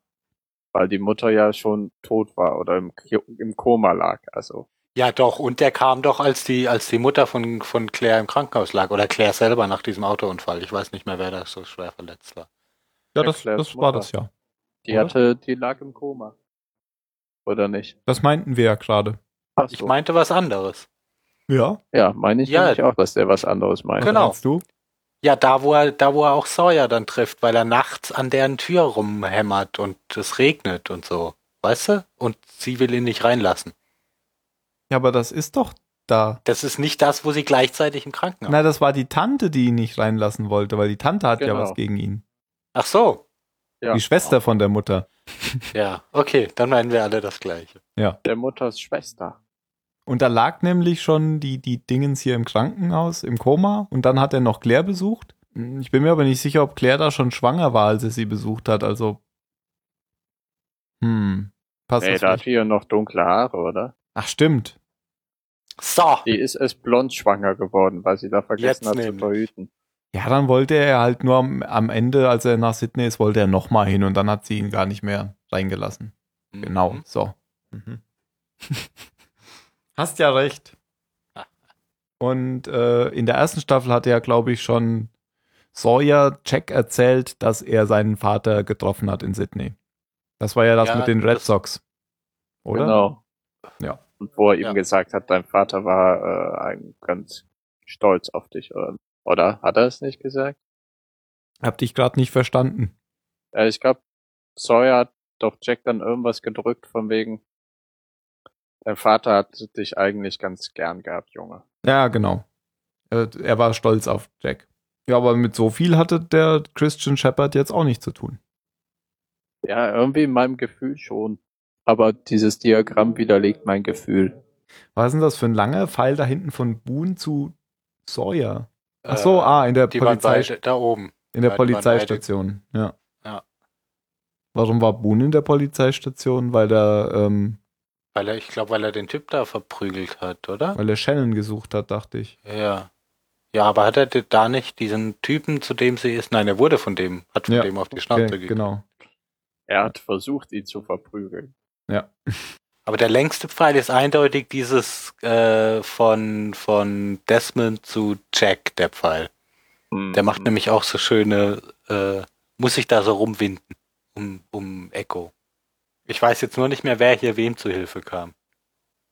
Speaker 1: Weil die Mutter ja schon tot war oder im, Ki- im Koma lag. Also,
Speaker 3: Ja, doch. Und der kam doch, als die, als die Mutter von, von Claire im Krankenhaus lag. Oder Claire selber nach diesem Autounfall. Ich weiß nicht mehr, wer da so schwer verletzt war.
Speaker 1: Ja,
Speaker 2: Ja, das,
Speaker 1: Claires
Speaker 2: das war
Speaker 1: Mutter.
Speaker 2: das ja.
Speaker 1: die
Speaker 2: Oder?
Speaker 1: hatte, die lag im Koma. Oder nicht?
Speaker 2: Das meinten wir ja gerade.
Speaker 1: Ach
Speaker 3: Ich
Speaker 1: so.
Speaker 3: meinte was anderes.
Speaker 2: Ja,
Speaker 1: ja, meine ich
Speaker 3: Ja.
Speaker 1: nämlich auch, dass der was anderes meint.
Speaker 3: Genau.
Speaker 2: meinst du?
Speaker 3: Ja, da wo er, da wo er auch Sawyer dann trifft, weil er nachts an deren Tür rumhämmert und es regnet und so. Weißt du? Und sie will ihn nicht reinlassen.
Speaker 2: Ja, aber das ist doch da.
Speaker 3: Das ist nicht das, wo sie gleichzeitig im Krankenhaus.
Speaker 2: Na, das war die Tante, die ihn nicht reinlassen wollte, weil die Tante hat ja
Speaker 1: Genau.
Speaker 2: was gegen ihn.
Speaker 3: Ach so.
Speaker 1: Ja.
Speaker 2: Die Schwester von der Mutter.
Speaker 3: Ja, okay, dann meinen wir alle das Gleiche.
Speaker 1: Der Mutters Schwester.
Speaker 2: Und da lag nämlich schon die, die Dingens hier im Krankenhaus, im Koma. Und dann hat er noch Claire besucht. Ich bin mir aber nicht sicher, ob Claire da schon schwanger war, als er sie besucht hat. Also. Hm. Passt
Speaker 1: Ey,
Speaker 2: das
Speaker 1: da hat
Speaker 2: nicht?
Speaker 1: die ja noch dunkle Haare, oder?
Speaker 2: Ach, stimmt.
Speaker 3: So.
Speaker 1: Die ist erst blond schwanger geworden, weil sie da vergessen
Speaker 3: Jetzt
Speaker 1: hat
Speaker 3: nämlich.
Speaker 1: zu verhüten.
Speaker 2: Ja, dann wollte er halt nur am, am Ende, als er nach Sydney ist, wollte er nochmal hin und dann hat sie ihn gar nicht mehr reingelassen. Genau,
Speaker 3: Mhm.
Speaker 2: so. Hast ja recht. Und äh, in der ersten Staffel hatte ja, glaube ich, schon Sawyer Jack erzählt, dass er seinen Vater getroffen hat in Sydney. Das war ja das
Speaker 3: Ja,
Speaker 2: mit den Red
Speaker 3: das-
Speaker 2: Sox. Oder?
Speaker 1: Genau.
Speaker 2: Ja.
Speaker 1: Und wo er ihm
Speaker 3: Ja.
Speaker 1: gesagt hat, dein Vater war äh, ein- ganz stolz auf dich. Oder, oder hat er es nicht gesagt?
Speaker 2: Hab dich gerade nicht verstanden.
Speaker 1: Äh, ich glaube, Sawyer hat doch Jack dann irgendwas gedrückt von wegen, dein Vater hat dich eigentlich ganz gern gehabt, Junge.
Speaker 2: Ja, genau. Er, er war stolz auf Jack. Ja, aber mit so viel hatte der Christian Shepard jetzt auch nicht zu tun.
Speaker 1: Ja, irgendwie in meinem Gefühl schon. Aber dieses Diagramm widerlegt mein Gefühl.
Speaker 2: Was ist denn das für ein langer Pfeil da hinten von Boone zu Sawyer? Ach so, ah, in der
Speaker 3: Äh, die waren
Speaker 2: Polizei.
Speaker 3: beide da oben.
Speaker 2: In der
Speaker 3: Weil die waren
Speaker 2: Polizeistation, ja.
Speaker 3: Ja.
Speaker 2: Warum war Boone in der Polizeistation? Weil er, ähm,
Speaker 3: Weil er, ich glaube, weil er den Typ da verprügelt hat, oder?
Speaker 2: weil er Shannon gesucht hat, dachte ich.
Speaker 3: Ja. Ja, aber hat er d- da nicht diesen Typen, zu dem sie ist? Nein, er wurde von dem, hat von
Speaker 2: Ja,
Speaker 3: dem auf die Schnauze
Speaker 2: Ge-
Speaker 3: gekriegt.
Speaker 2: genau.
Speaker 1: Er hat versucht, ihn zu verprügeln.
Speaker 3: Aber der längste Pfeil ist eindeutig dieses äh, von, von Desmond zu Jack, der Pfeil. Der
Speaker 1: Mhm.
Speaker 3: macht nämlich auch so schöne, äh, muss sich da so rumwinden, um, um Echo. Ich weiß jetzt nur nicht mehr, wer hier wem zu Hilfe kam.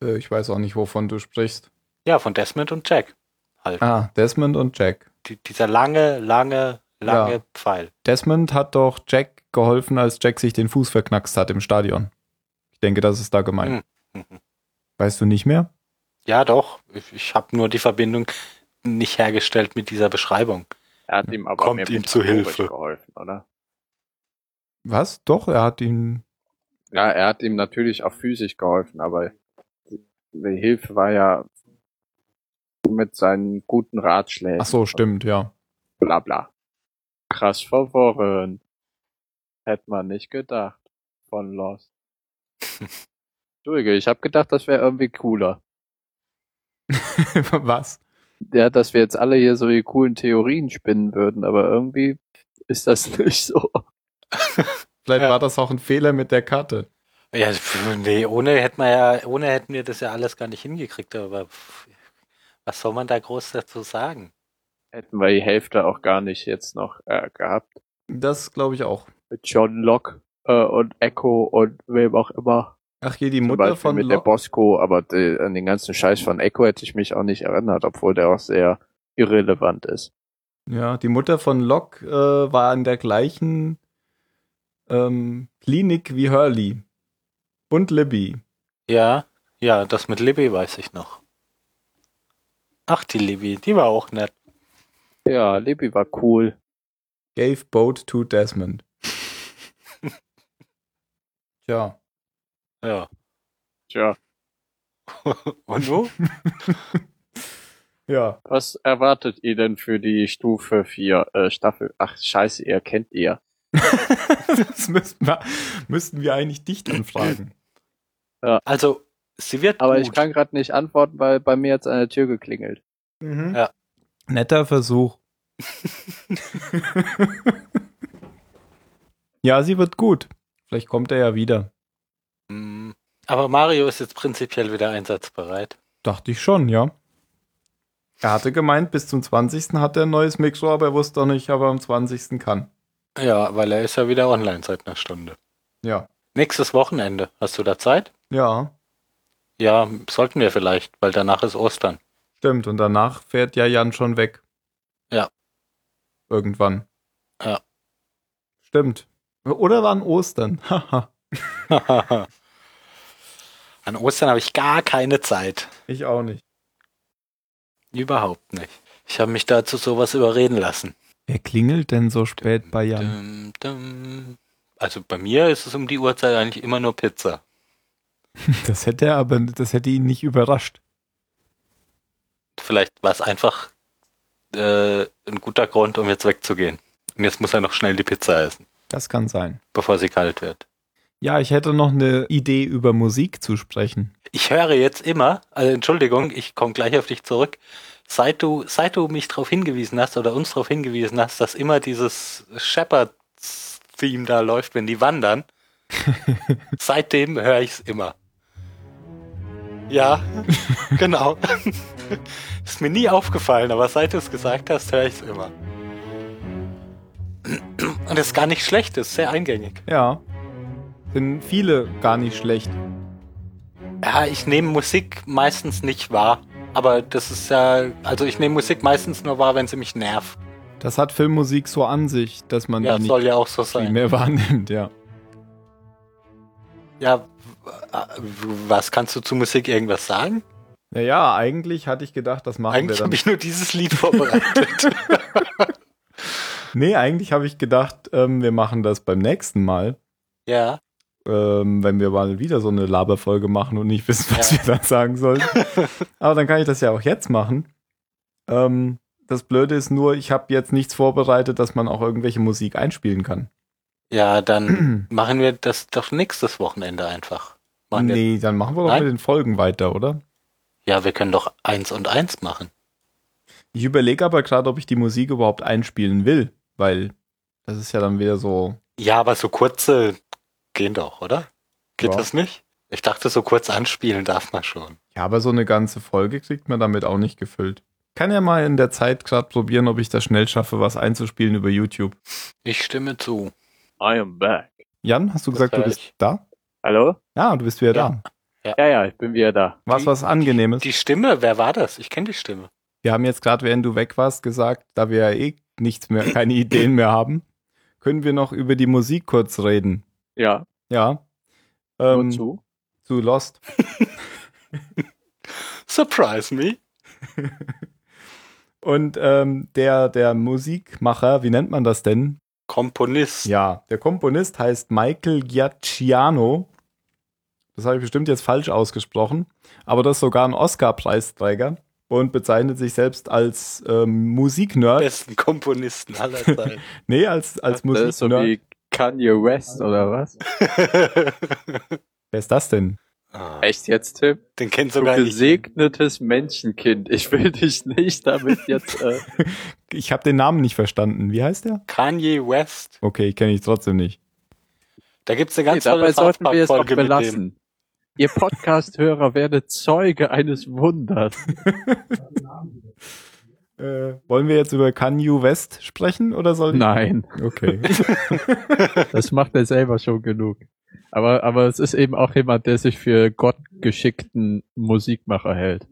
Speaker 2: Äh, Ich weiß auch nicht, wovon du sprichst.
Speaker 3: Ja, von Desmond und Jack. Halt.
Speaker 2: Ah, Desmond und Jack.
Speaker 3: Die, dieser lange, lange, lange
Speaker 2: Ja.
Speaker 3: Pfeil.
Speaker 2: Desmond hat doch Jack geholfen, als Jack sich den Fuß verknackst hat im Stadion. Ich denke, das ist da gemeint.
Speaker 3: Hm. Mhm.
Speaker 2: Weißt du nicht mehr?
Speaker 3: Ja, doch. Ich, ich habe nur die Verbindung nicht hergestellt mit dieser Beschreibung.
Speaker 1: er hat ihm aber
Speaker 3: Kommt
Speaker 1: mehr
Speaker 3: ihm
Speaker 1: mit
Speaker 3: zu
Speaker 1: Rhetorik
Speaker 3: Hilfe.
Speaker 1: geholfen, oder?
Speaker 2: Was? Doch, er hat ihn.
Speaker 1: Ja, er hat ihm natürlich auch physisch geholfen, aber die die Hilfe war ja mit seinen guten Ratschlägen.
Speaker 2: Ach so, stimmt, ja.
Speaker 1: Bla bla. Krass verworren. Hätte man nicht gedacht von Lost. Entschuldige, ich habe gedacht, das wäre irgendwie cooler.
Speaker 2: Was?
Speaker 1: Ja, dass wir jetzt alle hier so die coolen Theorien spinnen würden, aber irgendwie ist das nicht so.
Speaker 2: Vielleicht
Speaker 3: Ja.
Speaker 2: war das auch ein Fehler mit der Karte.
Speaker 3: Ja, pf, nee, ohne hätten wir ja, ohne hätten wir das ja alles gar nicht hingekriegt, aber pf, was soll man da groß dazu sagen?
Speaker 1: Hätten wir die Hälfte auch gar nicht jetzt noch äh, gehabt.
Speaker 2: Das glaube ich auch.
Speaker 1: Mit John Locke äh, und Echo und wem auch immer.
Speaker 2: Ach, hier die
Speaker 1: Zum
Speaker 2: Mutter
Speaker 1: Beispiel
Speaker 2: von
Speaker 1: mit der
Speaker 2: Locke.
Speaker 1: Bosco, aber die, an den ganzen Scheiß von Echo hätte ich mich auch nicht erinnert, obwohl der auch sehr irrelevant ist.
Speaker 2: Ja, die Mutter von Locke äh, war in der gleichen ähm, Klinik wie Hurley und Libby.
Speaker 3: Ja, ja, das mit Libby weiß ich noch. Ach, die Libby, die war auch nett.
Speaker 1: Ja, Libby war cool.
Speaker 2: Gave boat to Desmond. Tja.
Speaker 3: Ja.
Speaker 1: Tja,
Speaker 3: Und du?
Speaker 2: Ja.
Speaker 1: was erwartet ihr denn für die Stufe 4 äh, Staffel? Ach, scheiße, ihr kennt ihr.
Speaker 2: das müssten wir, müssten wir eigentlich dich anfragen.
Speaker 3: Also, sie wird
Speaker 1: Aber
Speaker 3: gut.
Speaker 1: ich kann gerade nicht antworten, weil bei mir jetzt an der Tür geklingelt.
Speaker 3: Ja.
Speaker 2: Netter Versuch. ja, sie wird gut. Vielleicht kommt er ja wieder.
Speaker 3: Hm, Aber Mario ist jetzt prinzipiell wieder einsatzbereit.
Speaker 2: Dachte ich schon, ja. Er hatte gemeint, bis zum 20. hat er ein neues Mikro, aber er wusste doch nicht, ob er am 20. kann.
Speaker 3: Ja, weil er ist ja wieder online seit einer Stunde.
Speaker 2: Ja.
Speaker 3: Nächstes Wochenende. Hast du da Zeit?
Speaker 2: Ja,
Speaker 3: Ja, sollten wir vielleicht, weil danach ist Ostern.
Speaker 2: stimmt. Und danach fährt ja Jan schon weg.
Speaker 3: Ja.
Speaker 2: Irgendwann.
Speaker 3: Ja.
Speaker 2: Stimmt. Oder war an Ostern. Haha.
Speaker 3: An Ostern habe ich gar keine Zeit.
Speaker 2: ich auch nicht.
Speaker 3: Überhaupt nicht. Ich habe mich dazu sowas überreden lassen.
Speaker 2: Wer klingelt denn so spät bei Jan?
Speaker 3: Dum, dum. Also bei mir ist es um die Uhrzeit eigentlich immer nur Pizza.
Speaker 2: Das hätte er, aber das hätte ihn nicht überrascht.
Speaker 3: Vielleicht war es einfach äh, ein guter Grund, um jetzt wegzugehen. Und jetzt muss er noch schnell die Pizza essen,
Speaker 2: Das kann sein.
Speaker 3: bevor sie kalt wird.
Speaker 2: Ja, ich hätte noch eine Idee über Musik zu sprechen.
Speaker 3: Ich höre jetzt immer, also Entschuldigung, ich komme gleich auf dich zurück, seit du, seit du mich darauf hingewiesen hast oder uns darauf hingewiesen hast, dass immer dieses Shepard-Theme da läuft, wenn die wandern, seitdem höre ich es immer. Ja, genau. Ist mir nie aufgefallen, aber seit du es gesagt hast, höre ich es immer. Und es ist gar nicht schlecht, es ist sehr eingängig.
Speaker 2: Ja. Sind viele gar nicht schlecht.
Speaker 3: Ja, ich nehme Musik meistens nicht wahr. Aber das ist ja, also ich nehme Musik meistens nur wahr, wenn sie mich nervt.
Speaker 2: Das hat Filmmusik so an sich, dass man
Speaker 3: Ja,
Speaker 2: die nicht
Speaker 3: soll ja auch so
Speaker 2: viel
Speaker 3: sein.
Speaker 2: mehr wahrnimmt, ja.
Speaker 3: Ja, w- äh, w- was kannst du zu Musik irgendwas sagen?
Speaker 2: Naja, eigentlich hatte ich gedacht, das machen
Speaker 3: Eigentlich
Speaker 2: wir dann.
Speaker 3: habe ich nur dieses Lied vorbereitet.
Speaker 2: nee, eigentlich habe ich gedacht, ähm, wir machen das beim nächsten Mal,
Speaker 3: ja,
Speaker 2: ähm, wenn wir mal wieder so eine Laberfolge machen und nicht wissen, was wir dann sagen sollen. Aber dann kann ich das ja auch jetzt machen. Ähm, das Blöde ist nur, ich habe jetzt nichts vorbereitet, dass man auch irgendwelche Musik einspielen kann.
Speaker 3: ja, dann machen wir das doch nächstes Wochenende einfach. Machen wir,
Speaker 2: nee, dann machen wir doch
Speaker 3: Nein.
Speaker 2: mit den Folgen weiter, oder?
Speaker 3: ja, wir können doch eins und eins machen.
Speaker 2: Ich überlege aber gerade, ob ich die Musik überhaupt einspielen will, weil das ist ja dann wieder so.
Speaker 3: Ja, aber so kurze gehen doch, oder? Geht
Speaker 2: Ja.
Speaker 3: das nicht? Ich dachte, so kurz anspielen darf man schon.
Speaker 2: Ja, aber so eine ganze Folge kriegt man damit auch nicht gefüllt. Kann ja mal in der Zeit gerade probieren, ob ich das schnell schaffe, was einzuspielen über YouTube.
Speaker 3: Ich stimme zu.
Speaker 1: I am back.
Speaker 2: Jan, hast du
Speaker 3: Das
Speaker 2: gesagt, du
Speaker 3: hör
Speaker 2: bist
Speaker 3: ich.
Speaker 2: da?
Speaker 1: Hallo?
Speaker 2: Ja, du bist wieder
Speaker 3: Ja.
Speaker 2: da.
Speaker 1: Ja, ja, ich bin wieder da.
Speaker 2: Was
Speaker 3: Die-
Speaker 2: was angenehmes.
Speaker 3: Die Stimme, wer war das? Ich kenne die Stimme.
Speaker 2: Wir haben jetzt gerade, während du weg warst, gesagt, da wir ja eh nichts mehr, keine Ideen mehr haben, können wir noch über die Musik kurz reden.
Speaker 1: Ja,
Speaker 2: Ja.
Speaker 1: nur
Speaker 2: Ähm,
Speaker 1: zu.
Speaker 2: zu Lost.
Speaker 3: Surprise me.
Speaker 2: Und ähm, der, der Musikmacher, wie nennt man das denn?
Speaker 3: Komponist.
Speaker 2: Ja, der Komponist heißt Michael Giacchiano. Das habe ich bestimmt jetzt falsch ausgesprochen, aber das ist sogar ein Oscar-Preisträger und bezeichnet sich selbst als ähm, Musiknerd.
Speaker 3: Besten Komponisten aller Zeiten.
Speaker 2: Nee, als, als
Speaker 1: Das ist so
Speaker 2: Musiknerd.
Speaker 1: wie Kanye West oder was?
Speaker 2: Wer ist das denn?
Speaker 3: Ah,
Speaker 1: Echt jetzt, Tim?
Speaker 3: Den kennt
Speaker 1: Du
Speaker 3: sogar ich.
Speaker 1: gesegnetes Menschenkind. Ich will dich nicht damit jetzt. Äh,
Speaker 2: Ich habe den Namen nicht verstanden. Wie heißt der?
Speaker 3: Kanye West.
Speaker 2: Okay, kenne ich trotzdem nicht.
Speaker 3: Da gibt's eine
Speaker 1: nee,
Speaker 3: ganz
Speaker 1: dabei
Speaker 3: tolle
Speaker 1: sollten wir es doch
Speaker 3: Park-Folge mit dem.
Speaker 1: belassen. Ihr Podcast-Hörer werdet Zeuge eines Wunders.
Speaker 2: Äh, wollen wir jetzt über Kanye West sprechen oder soll
Speaker 1: Nein,
Speaker 2: Okay.
Speaker 1: das macht er selber schon genug. Aber, aber es ist eben auch jemand, der sich für gottgeschickten Musikmacher hält.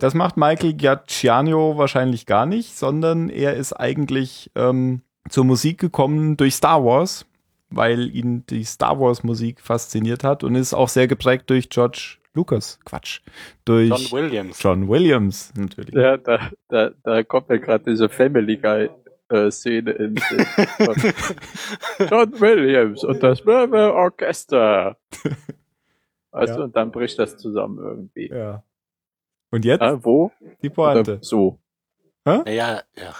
Speaker 2: Das macht Michael Giacchiano wahrscheinlich gar nicht, sondern er ist eigentlich ähm, zur Musik gekommen durch Star Wars, weil ihn die Star Wars Musik fasziniert hat und ist auch sehr geprägt durch George Lucas. Quatsch. Durch
Speaker 3: John Williams.
Speaker 2: John Williams natürlich.
Speaker 1: Ja, da, da, da kommt mir gerade diese Family Guy äh, Szene in, in John Williams und das Merve Orchester. Also
Speaker 2: Ja.
Speaker 1: und dann bricht das zusammen irgendwie.
Speaker 2: Ja. Und jetzt
Speaker 1: Ja, wo?
Speaker 2: die
Speaker 1: Oder
Speaker 2: Pointe.
Speaker 1: so.
Speaker 3: Naja, ja, ja.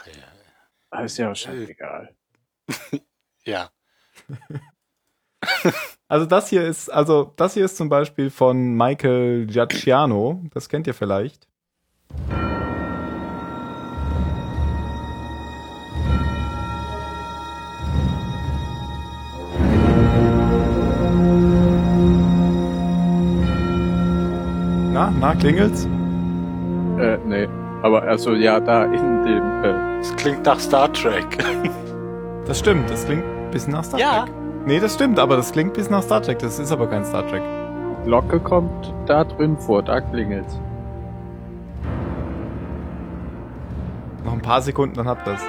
Speaker 1: Ah, ist ja auch scheißegal.
Speaker 3: ja.
Speaker 2: Also das hier ist, also das hier ist zum Beispiel von Michael Giacchiano. Das kennt ihr vielleicht. Na, na, klingelt's?
Speaker 1: Äh, nee. Aber also ja, da in dem äh,
Speaker 3: Das klingt nach Star Trek.
Speaker 2: Das stimmt, das klingt ein bisschen nach Star
Speaker 3: Ja.
Speaker 2: Trek. Nee, das stimmt, aber das klingt ein bisschen nach Star Trek. Das ist aber kein Star Trek.
Speaker 1: Glocke kommt da drin vor, da klingelt's.
Speaker 2: Noch ein paar Sekunden, dann habt ihr's.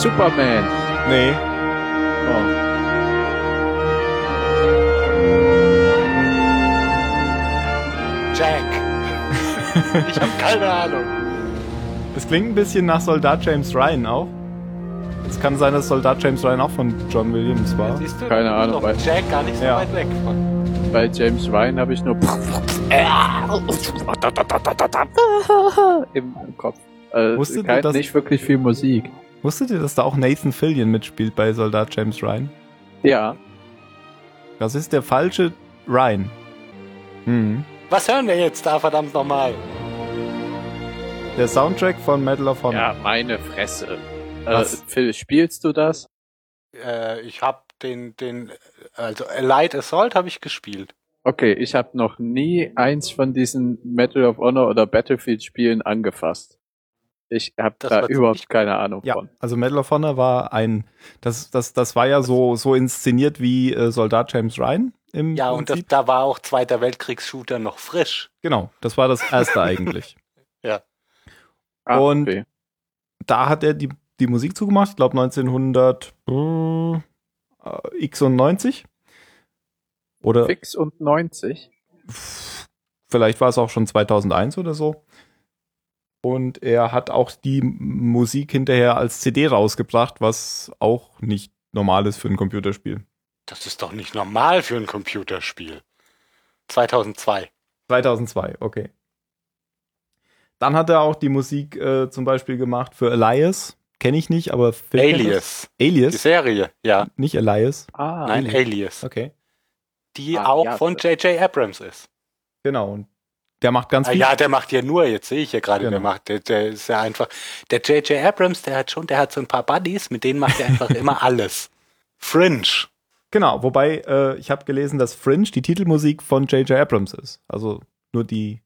Speaker 1: Superman.
Speaker 2: Nee,
Speaker 1: Oh.
Speaker 3: Jack. Ich habe keine Ahnung.
Speaker 2: Es klingt ein bisschen nach Soldat James Ryan auch. Es kann sein, dass Soldat James Ryan auch von John Williams war.
Speaker 3: Siehst du,
Speaker 1: Keine
Speaker 3: du bist
Speaker 1: Ahnung,
Speaker 3: doch
Speaker 1: weil-
Speaker 3: mit Jack gar nicht so
Speaker 2: Ja.
Speaker 3: weit weg von.
Speaker 1: Bei James Ryan habe ich nur im Kopf. Äh,
Speaker 2: Wusstet ihr,
Speaker 1: kein,
Speaker 2: dass-
Speaker 1: nicht wirklich viel Musik.
Speaker 2: Wusstet ihr, dass da auch Nathan Fillion mitspielt bei Soldat James Ryan?
Speaker 1: Ja,
Speaker 3: Hm.
Speaker 2: Das ist der falsche Ryan. Mhm.
Speaker 3: Was hören wir jetzt da verdammt nochmal?
Speaker 2: Der Soundtrack von Medal of Honor.
Speaker 1: Ja, meine Fresse. Äh,
Speaker 2: Was?
Speaker 1: Phil, spielst du das?
Speaker 3: Äh, ich habe den, den, also Light Assault habe ich gespielt.
Speaker 1: Okay, ich habe noch nie eins von diesen Medal of Honor oder Battlefield Spielen angefasst. Ich habe
Speaker 3: Das
Speaker 1: da
Speaker 3: war
Speaker 1: überhaupt
Speaker 3: ziemlich-
Speaker 1: keine Ahnung
Speaker 2: Ja,
Speaker 1: von.
Speaker 2: also Medal of Honor war ein, das, das, das war ja so, so inszeniert wie äh, Soldat James Ryan im
Speaker 3: Ja, und das,
Speaker 2: Prinzip.
Speaker 3: da war auch Zweiter Weltkriegs-Shooter noch frisch.
Speaker 2: genau, das war das erste eigentlich.
Speaker 1: Ah,
Speaker 2: Und-
Speaker 1: okay.
Speaker 2: Da hat er die, die Musik zugemacht, ich glaube 1900 äh, X und 90 oder
Speaker 1: Fix und 90.
Speaker 2: pff, vielleicht war es auch schon 2001 oder so. Und er hat auch die M- Musik hinterher als CD rausgebracht, was auch nicht normal ist für ein Computerspiel.
Speaker 3: Das ist doch nicht normal für ein Computerspiel. 2002.
Speaker 2: 2002, okay. Dann hat er auch die Musik äh, zum Beispiel gemacht für Elias. Kenne ich nicht, aber Phil kennt das.
Speaker 3: Alias. Die
Speaker 2: Alias,
Speaker 3: Serie, ja.
Speaker 2: nicht Elias.
Speaker 1: Ah,
Speaker 3: Nein, Alias.
Speaker 2: Okay.
Speaker 3: Die
Speaker 1: Ah,
Speaker 3: auch
Speaker 1: ja.
Speaker 3: von J.J. Abrams ist.
Speaker 2: Genau. Und der macht ganz
Speaker 3: Ah,
Speaker 2: viel.
Speaker 3: ja, der macht ja nur, jetzt sehe ich ja gerade, der
Speaker 2: Genau.
Speaker 3: macht, der, der ist ja einfach. Der J.J. Abrams, der hat schon, der hat so ein paar Buddies, mit denen macht er einfach immer alles. Fringe.
Speaker 2: Genau, wobei äh, ich habe gelesen, dass Fringe die Titelmusik von J.J. Abrams ist. Also nur die,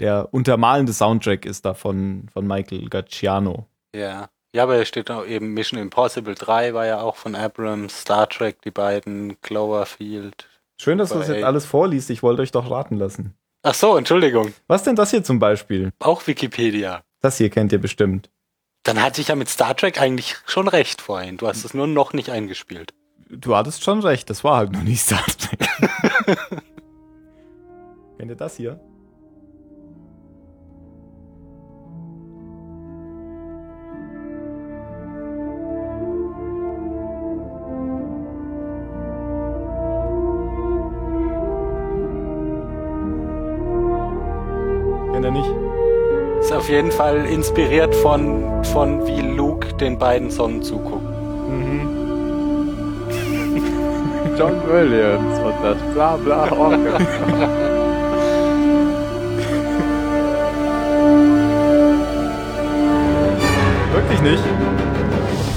Speaker 2: der untermalende Soundtrack ist da von, von Michael Gacciano.
Speaker 3: Ja. Ja, aber da steht auch eben Mission Impossible 3 war ja auch von Abrams, Star Trek, die beiden, Cloverfield.
Speaker 2: Schön, dass du das
Speaker 3: Super,
Speaker 2: jetzt
Speaker 3: ey.
Speaker 2: alles vorliest. Ich wollte euch doch raten lassen.
Speaker 3: Ach so, Entschuldigung.
Speaker 2: Was denn das hier zum Beispiel?
Speaker 3: Auch Wikipedia.
Speaker 2: Das hier kennt ihr bestimmt.
Speaker 3: Dann hatte ich ja mit Star Trek eigentlich schon recht vorhin. Du hast es nur noch nicht eingespielt.
Speaker 2: Du hattest schon recht, das war halt noch nicht Star Trek. Kennt ihr das hier? Kennt ihr nicht?
Speaker 3: Ist auf jeden Fall inspiriert von, von wie Luke den beiden Sonnen zuguckt.
Speaker 1: John Williams und das bla bla Orgel.
Speaker 2: Wirklich nicht?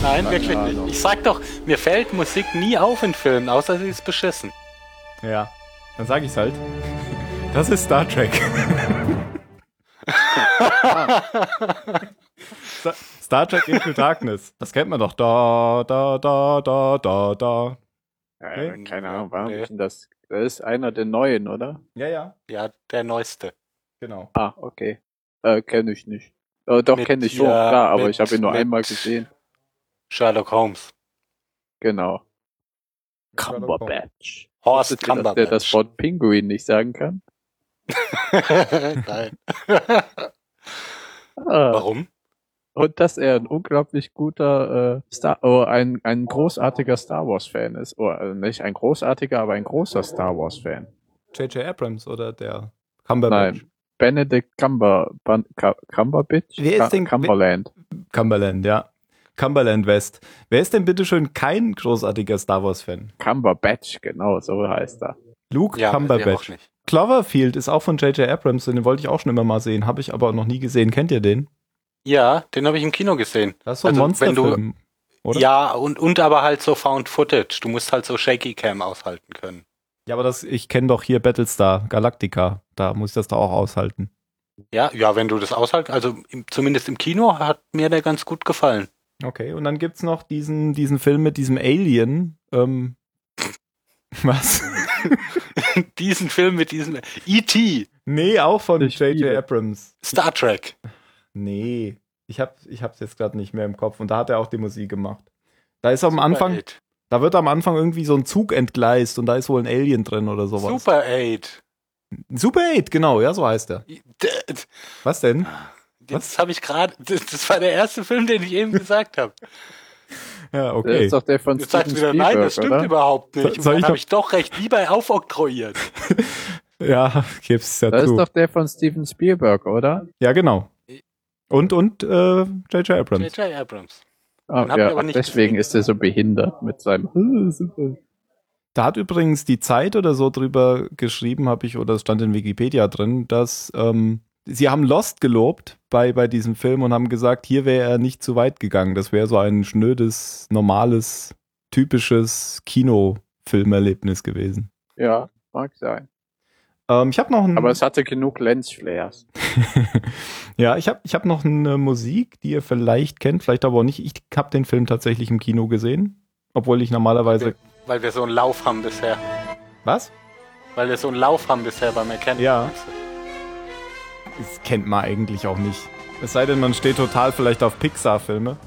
Speaker 3: Nein,
Speaker 1: Keine
Speaker 3: wirklich
Speaker 1: Ahnung.
Speaker 3: nicht. Ich sag doch, mir fällt Musik nie auf in Filmen, außer sie ist beschissen.
Speaker 2: Ja, dann sag ich's halt. Das ist Star Trek. Sa- Star Trek Into Darkness. Das kennt man doch. Da, da, da, da, da, da.
Speaker 1: Äh, keine Ahnung, warum
Speaker 3: Nee.
Speaker 1: ich denn das? Das ist einer der neuen, oder?
Speaker 2: Ja, ja,
Speaker 3: Ja, der neueste.
Speaker 2: genau.
Speaker 1: Ah, okay. Äh, kenne ich nicht. Äh, doch,
Speaker 3: Mit
Speaker 1: kenne ich schon,
Speaker 3: hier-
Speaker 1: klar, aber
Speaker 3: mit-
Speaker 1: ich habe ihn nur
Speaker 3: mit-
Speaker 1: einmal gesehen.
Speaker 3: Sherlock Holmes.
Speaker 1: Genau. Cumberbatch.
Speaker 3: Horst
Speaker 1: Wusstet ihr, Dass der das
Speaker 3: Cumberbatch.
Speaker 1: Wort Pinguin nicht sagen kann?
Speaker 3: Nein.
Speaker 1: Ah,
Speaker 3: Warum?
Speaker 1: und dass er ein unglaublich guter äh, Star, oh, ein, ein großartiger Star Wars Fan ist. Oh, also nicht ein großartiger, aber ein großer Star Wars Fan.
Speaker 2: J.J. Abrams oder der
Speaker 1: Nein.
Speaker 2: Cumberbatch.
Speaker 1: Benedict Cumber, Bun, Cu- Cumberbatch?
Speaker 2: Wer ist denn-
Speaker 1: Cumberland.
Speaker 2: Cumberland, ja. Cumberland West. Wer ist denn bitteschön kein großartiger Star Wars-Fan?
Speaker 1: Cumberbatch, genau, so heißt er.
Speaker 2: Luke
Speaker 3: Ja, der auch
Speaker 2: Cumberbatch.
Speaker 3: nicht.
Speaker 2: Cloverfield ist auch von J.J. Abrams und den wollte ich auch schon immer mal sehen, habe ich aber noch nie gesehen. Kennt ihr den?
Speaker 3: Ja, den habe ich im Kino gesehen.
Speaker 2: Das ist so ein
Speaker 3: Also, wenn du-
Speaker 2: Monsterfilm. Oder?
Speaker 3: Ja, und, und aber halt so Found Footage. Du musst halt so Shaky Cam aushalten können.
Speaker 2: Ja, aber das, ich kenne doch hier Battlestar Galactica. Da muss ich das da auch aushalten.
Speaker 3: Ja, ja, wenn du das aushalten, also im, zumindest im Kino hat mir der ganz gut gefallen.
Speaker 2: Okay, und dann gibt's noch diesen, diesen Film mit diesem Alien. Ähm, was?
Speaker 3: diesen Film mit diesem E.T.
Speaker 2: nee, auch von
Speaker 1: Ich
Speaker 2: J.J.
Speaker 1: liebe.
Speaker 2: Abrams.
Speaker 3: Star Trek.
Speaker 2: Nee, ich hab, ich hab's jetzt gerade nicht mehr im Kopf. Und da hat er auch die Musik gemacht. Da ist am Anfang,
Speaker 3: Super
Speaker 2: da wird am Anfang irgendwie so ein Zug entgleist und da ist wohl ein Alien drin oder
Speaker 3: 8.
Speaker 2: sowas.
Speaker 3: Super 8.
Speaker 2: Super 8, genau, ja, so heißt er.
Speaker 3: I- d-
Speaker 2: Was denn?
Speaker 1: Ah.
Speaker 3: Das habe ich gerade. Das, das war der erste Film, den ich eben gesagt habe.
Speaker 2: Ja,
Speaker 1: Der
Speaker 2: okay.
Speaker 1: ist doch der von
Speaker 3: Jetzt sagst
Speaker 1: Steven
Speaker 3: du wieder,
Speaker 1: Spielberg,
Speaker 3: nein, das stimmt
Speaker 1: oder?
Speaker 3: überhaupt
Speaker 2: Soll-
Speaker 3: nicht. Und
Speaker 2: soll
Speaker 3: dann
Speaker 2: ich
Speaker 3: habe
Speaker 2: noch-
Speaker 3: ich doch recht lieber aufoktroyiert.
Speaker 2: Ja, gib's ja
Speaker 1: Das ist
Speaker 2: zu.
Speaker 1: doch der von Steven Spielberg, oder?
Speaker 2: Ja, genau. Und, und äh, J.J. Abrams.
Speaker 3: J.J. Abrams.
Speaker 1: Ah,
Speaker 3: Den hab ich
Speaker 1: ja,
Speaker 3: aber nicht
Speaker 1: deswegen
Speaker 3: gesehen.
Speaker 1: ist er so behindert mit seinem.
Speaker 2: Da hat übrigens die Zeit oder so drüber geschrieben, habe ich, oder es stand in Wikipedia drin, dass ähm, sie haben Lost gelobt bei, bei diesem Film und haben gesagt, hier wäre er nicht zu weit gegangen. Das wäre so ein schnödes, normales, typisches Kinofilmerlebnis gewesen.
Speaker 1: Ja, mag sein.
Speaker 2: Ähm, ich habe noch ein,
Speaker 1: Aber es hatte genug Lensflares.
Speaker 2: ja, ich habe ich hab noch eine Musik, die ihr vielleicht kennt, vielleicht aber auch nicht. Ich habe den Film tatsächlich im Kino gesehen, obwohl ich normalerweise.
Speaker 3: Weil wir so einen Lauf haben bisher.
Speaker 2: Was?
Speaker 3: Weil wir so einen Lauf haben bisher beim Erkennen.
Speaker 2: Ja. Das kennt man eigentlich auch nicht. Es sei denn, man steht total vielleicht auf Pixar-Filme.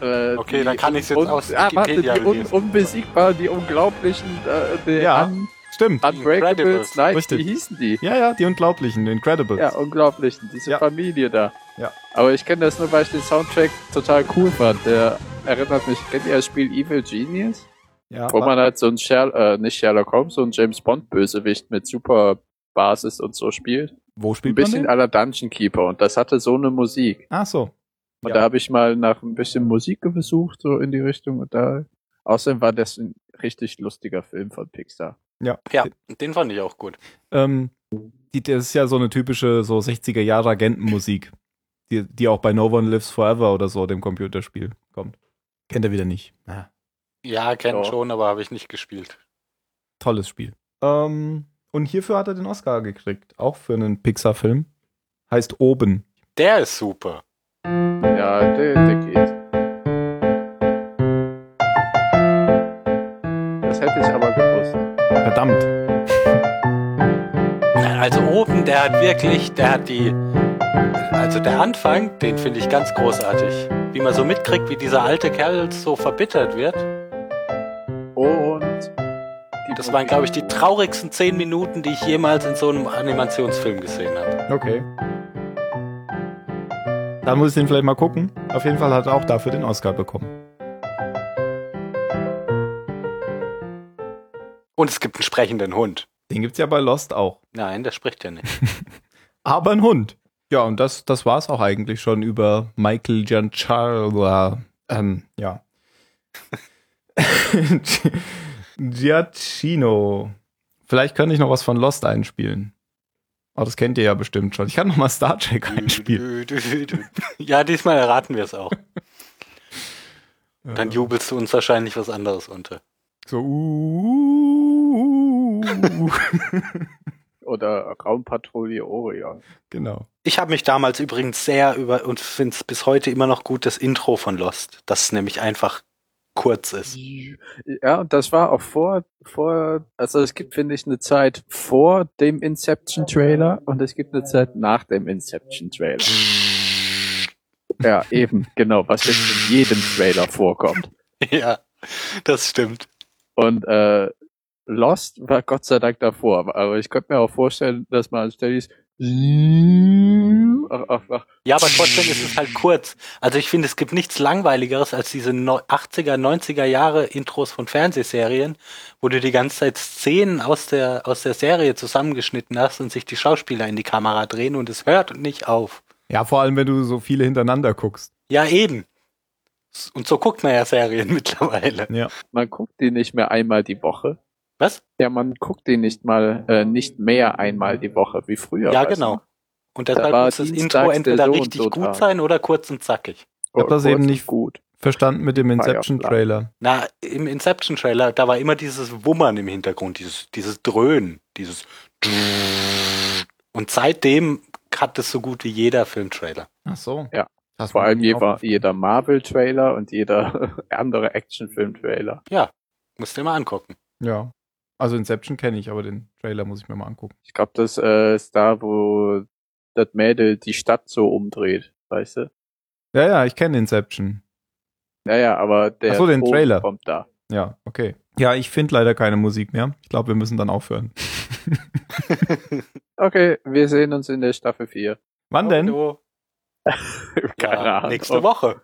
Speaker 1: Äh,
Speaker 3: Okay,
Speaker 1: die
Speaker 3: dann kann ich's jetzt
Speaker 1: un-
Speaker 3: aus
Speaker 1: ah, warte, die
Speaker 3: Wikipedia
Speaker 1: un
Speaker 3: lesen.
Speaker 1: unbesiegbaren, die unglaublichen, äh, die
Speaker 2: Ja.
Speaker 1: un
Speaker 2: Stimmt.
Speaker 1: Unbreakables,
Speaker 3: Incredibles.
Speaker 1: nein, wie
Speaker 2: Richtig.
Speaker 1: hießen die?
Speaker 2: Ja, ja, die Unglaublichen, die Incredibles.
Speaker 1: Ja, unglaublichen, diese
Speaker 2: Ja.
Speaker 1: Familie da.
Speaker 2: Ja.
Speaker 1: Aber ich kenne das nur, weil ich den Soundtrack total cool fand. Der erinnert mich, kennt ihr das Spiel Evil Genius?
Speaker 2: Ja,
Speaker 1: Wo man halt so ein Sherlock, äh, nicht Sherlock Holmes, so ein James Bond Bösewicht mit super Basis und so spielt.
Speaker 2: wo
Speaker 1: Ein
Speaker 2: spielt man
Speaker 1: bisschen
Speaker 2: den?
Speaker 1: aller Dungeon Keeper und das hatte so eine Musik.
Speaker 2: Ach so.
Speaker 1: Und
Speaker 2: Ja.
Speaker 1: da habe ich mal nach ein bisschen Musik gesucht, so in die Richtung und da. Außerdem war das ein richtig lustiger Film von Pixar.
Speaker 3: Ja, den fand ich auch gut.
Speaker 2: Ähm, die, das ist ja so eine typische so 60er Jahre Agentenmusik, die, die auch bei No One Lives Forever oder so, dem Computerspiel, kommt. Kennt er wieder nicht. Ja.
Speaker 3: Ja, kennt
Speaker 1: Ja.
Speaker 3: schon, aber habe ich nicht gespielt.
Speaker 2: Tolles Spiel. Ähm, und hierfür hat er den Oscar gekriegt, auch für einen Pixar-Film. Heißt Oben.
Speaker 3: Der ist super.
Speaker 1: Ja, der, der geht. Das hätte ich aber gewusst.
Speaker 2: Verdammt.
Speaker 3: Also oben, der hat wirklich, der hat die, also der Anfang, den finde ich ganz großartig. Wie man so mitkriegt, wie dieser alte Kerl so verbittert wird.
Speaker 1: Und die
Speaker 3: Das waren, glaube ich, die traurigsten zehn Minuten, die ich jemals in so einem Animationsfilm gesehen habe.
Speaker 2: Okay. Dann muss ich den vielleicht mal gucken. Auf jeden Fall hat er auch dafür den Oscar bekommen.
Speaker 3: Und es gibt einen sprechenden Hund.
Speaker 2: Den gibt's ja bei Lost auch.
Speaker 3: Nein, der spricht ja nicht.
Speaker 2: aber ein Hund. Ja, und das, das war es auch eigentlich schon über Michael Gianciarla. Ähm, ja. Giacchino. Vielleicht könnte ich noch was von Lost einspielen. Aber das kennt ihr ja bestimmt schon. Ich kann noch mal Star Trek einspielen.
Speaker 3: ja, diesmal erraten wir es auch. Dann
Speaker 2: Äh,
Speaker 3: jubelst du uns wahrscheinlich was anderes unter.
Speaker 2: so, uh,
Speaker 1: oder Raumpatrouille Orion.
Speaker 2: Genau.
Speaker 3: Ich habe mich damals übrigens sehr über und finde es bis heute immer noch gut, das Intro von Lost, das nämlich einfach kurz ist.
Speaker 1: Ja, und das war auch vor, vor, also es gibt, finde ich, eine Zeit vor dem Inception-Trailer und es gibt eine Zeit nach dem Inception-Trailer. Ja, eben, genau, was jetzt in jedem Trailer vorkommt.
Speaker 3: Ja, das stimmt.
Speaker 1: Und äh, Lost war Gott sei Dank davor. Aber ich könnte mir auch vorstellen, dass man anstelle dieses ach, ach, ach,
Speaker 3: Ja, aber trotzdem ist es halt kurz. Also ich finde, es gibt nichts langweiligeres als diese neu- 80er, 90er Jahre Intros von Fernsehserien, wo du die ganze Zeit Szenen aus der, aus der Serie zusammengeschnitten hast und sich die Schauspieler in die Kamera drehen und es hört nicht auf.
Speaker 2: Ja, vor allem, wenn du so viele hintereinander guckst.
Speaker 3: Ja, eben. S- Und so guckt man ja Serien mittlerweile.
Speaker 1: man guckt die nicht mehr einmal die Woche.
Speaker 3: Was?
Speaker 1: Ja, man guckt die nicht mal, äh, nicht mehr einmal die Woche, wie früher.
Speaker 3: Ja,
Speaker 1: weißt
Speaker 3: genau.
Speaker 1: du?
Speaker 3: Und
Speaker 1: Da
Speaker 3: deshalb
Speaker 1: war
Speaker 3: muss das
Speaker 1: dienstags
Speaker 3: Intro
Speaker 1: der
Speaker 3: entweder
Speaker 1: So und
Speaker 3: richtig
Speaker 1: so Tag.
Speaker 3: gut sein oder kurz und zackig.
Speaker 2: hab
Speaker 1: Kurz
Speaker 2: das eben
Speaker 1: und
Speaker 2: nicht-
Speaker 1: gut.
Speaker 2: Verstanden mit dem
Speaker 1: Firefly.
Speaker 2: Inception-Trailer.
Speaker 3: Na, im Inception-Trailer, da war immer dieses Wummern im Hintergrund, dieses, dieses Dröhnen, dieses Und seitdem hat es so gut wie jeder Filmtrailer.
Speaker 2: Ach so.
Speaker 1: Ja.
Speaker 2: Das
Speaker 1: Vor
Speaker 2: war
Speaker 1: allem
Speaker 2: mir
Speaker 1: jeder,
Speaker 2: auch-
Speaker 1: jeder Marvel-Trailer und jeder andere Actionfilm-Trailer.
Speaker 3: Musst du dir mal angucken.
Speaker 2: Ja. Also Inception kenne ich, aber den Trailer muss ich mir mal angucken.
Speaker 1: Ich glaube, das äh, ist da, wo das Mädel die Stadt so umdreht, weißt du?
Speaker 2: Ja, ja, ich kenne Inception.
Speaker 1: Naja, aber der
Speaker 2: Ach so, den
Speaker 1: Ton
Speaker 2: Trailer.
Speaker 1: kommt da.
Speaker 2: Ja, okay. Ja, ich finde leider keine Musik mehr. Ich glaube, wir müssen dann aufhören.
Speaker 1: Okay, wir sehen uns in der Staffel 4.
Speaker 2: Wann denn?
Speaker 3: Hallo.
Speaker 1: Keine
Speaker 3: Oh, ja,
Speaker 1: Ahnung.
Speaker 3: Nächste Woche.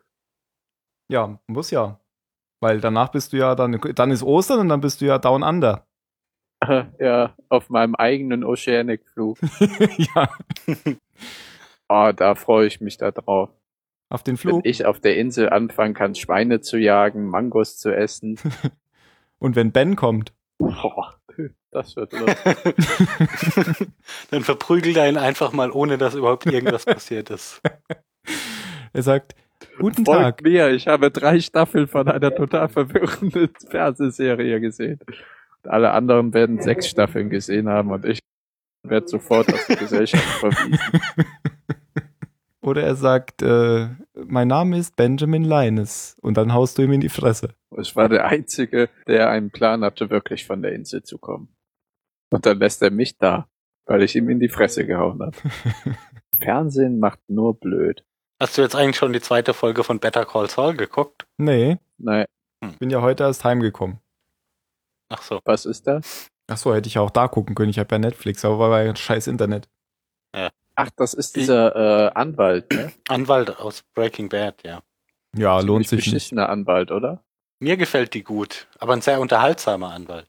Speaker 2: Ja, muss ja. Weil danach bist du ja dann, dann ist Ostern und dann bist du ja down under.
Speaker 1: Ja, auf meinem eigenen Oceanic-Flug.
Speaker 2: ja.
Speaker 1: Oh, da freue ich mich da drauf.
Speaker 2: Auf den
Speaker 1: Wenn
Speaker 2: Flug.
Speaker 1: ich auf der Insel anfangen kann, Schweine zu jagen, Mangos zu essen
Speaker 2: Und wenn Ben kommt,
Speaker 1: Boah, das wird lustig.
Speaker 3: Dann verprügelt er ihn einfach mal, ohne dass überhaupt irgendwas passiert ist.
Speaker 2: er sagt, guten
Speaker 1: Folgt
Speaker 2: Tag.
Speaker 1: mir, ich habe drei Staffeln von einer total verwirrenden Fernsehserie gesehen. Und alle anderen werden sechs Staffeln gesehen haben und ich werde sofort aus der Gesellschaft verwiesen.
Speaker 2: Oder er sagt, äh, mein Name ist Benjamin Linus. Und dann haust du ihm in die Fresse.
Speaker 1: Ich war der Einzige, der einen Plan hatte, wirklich von der Insel zu kommen. Und dann lässt er mich da, weil ich ihm in die Fresse gehauen habe. Fernsehen macht nur blöd.
Speaker 3: Hast du jetzt eigentlich schon die zweite Folge von Better Call Saul geguckt?
Speaker 2: Nee,
Speaker 1: Naja,
Speaker 2: bin ja heute erst heimgekommen.
Speaker 3: Ach so,
Speaker 1: was ist das?
Speaker 2: Ach so, hätte ich ja auch da gucken können. Ich habe ja Netflix, aber war ja scheiß Internet.
Speaker 1: Ach, das ist dieser äh, Anwalt, ne?
Speaker 3: Anwalt aus Breaking Bad, ja.
Speaker 2: Ja, Ah,
Speaker 1: Ziemlich
Speaker 2: lohnt sich nicht.
Speaker 1: beschissener Anwalt, oder?
Speaker 3: Mir gefällt die gut, aber ein sehr unterhaltsamer Anwalt.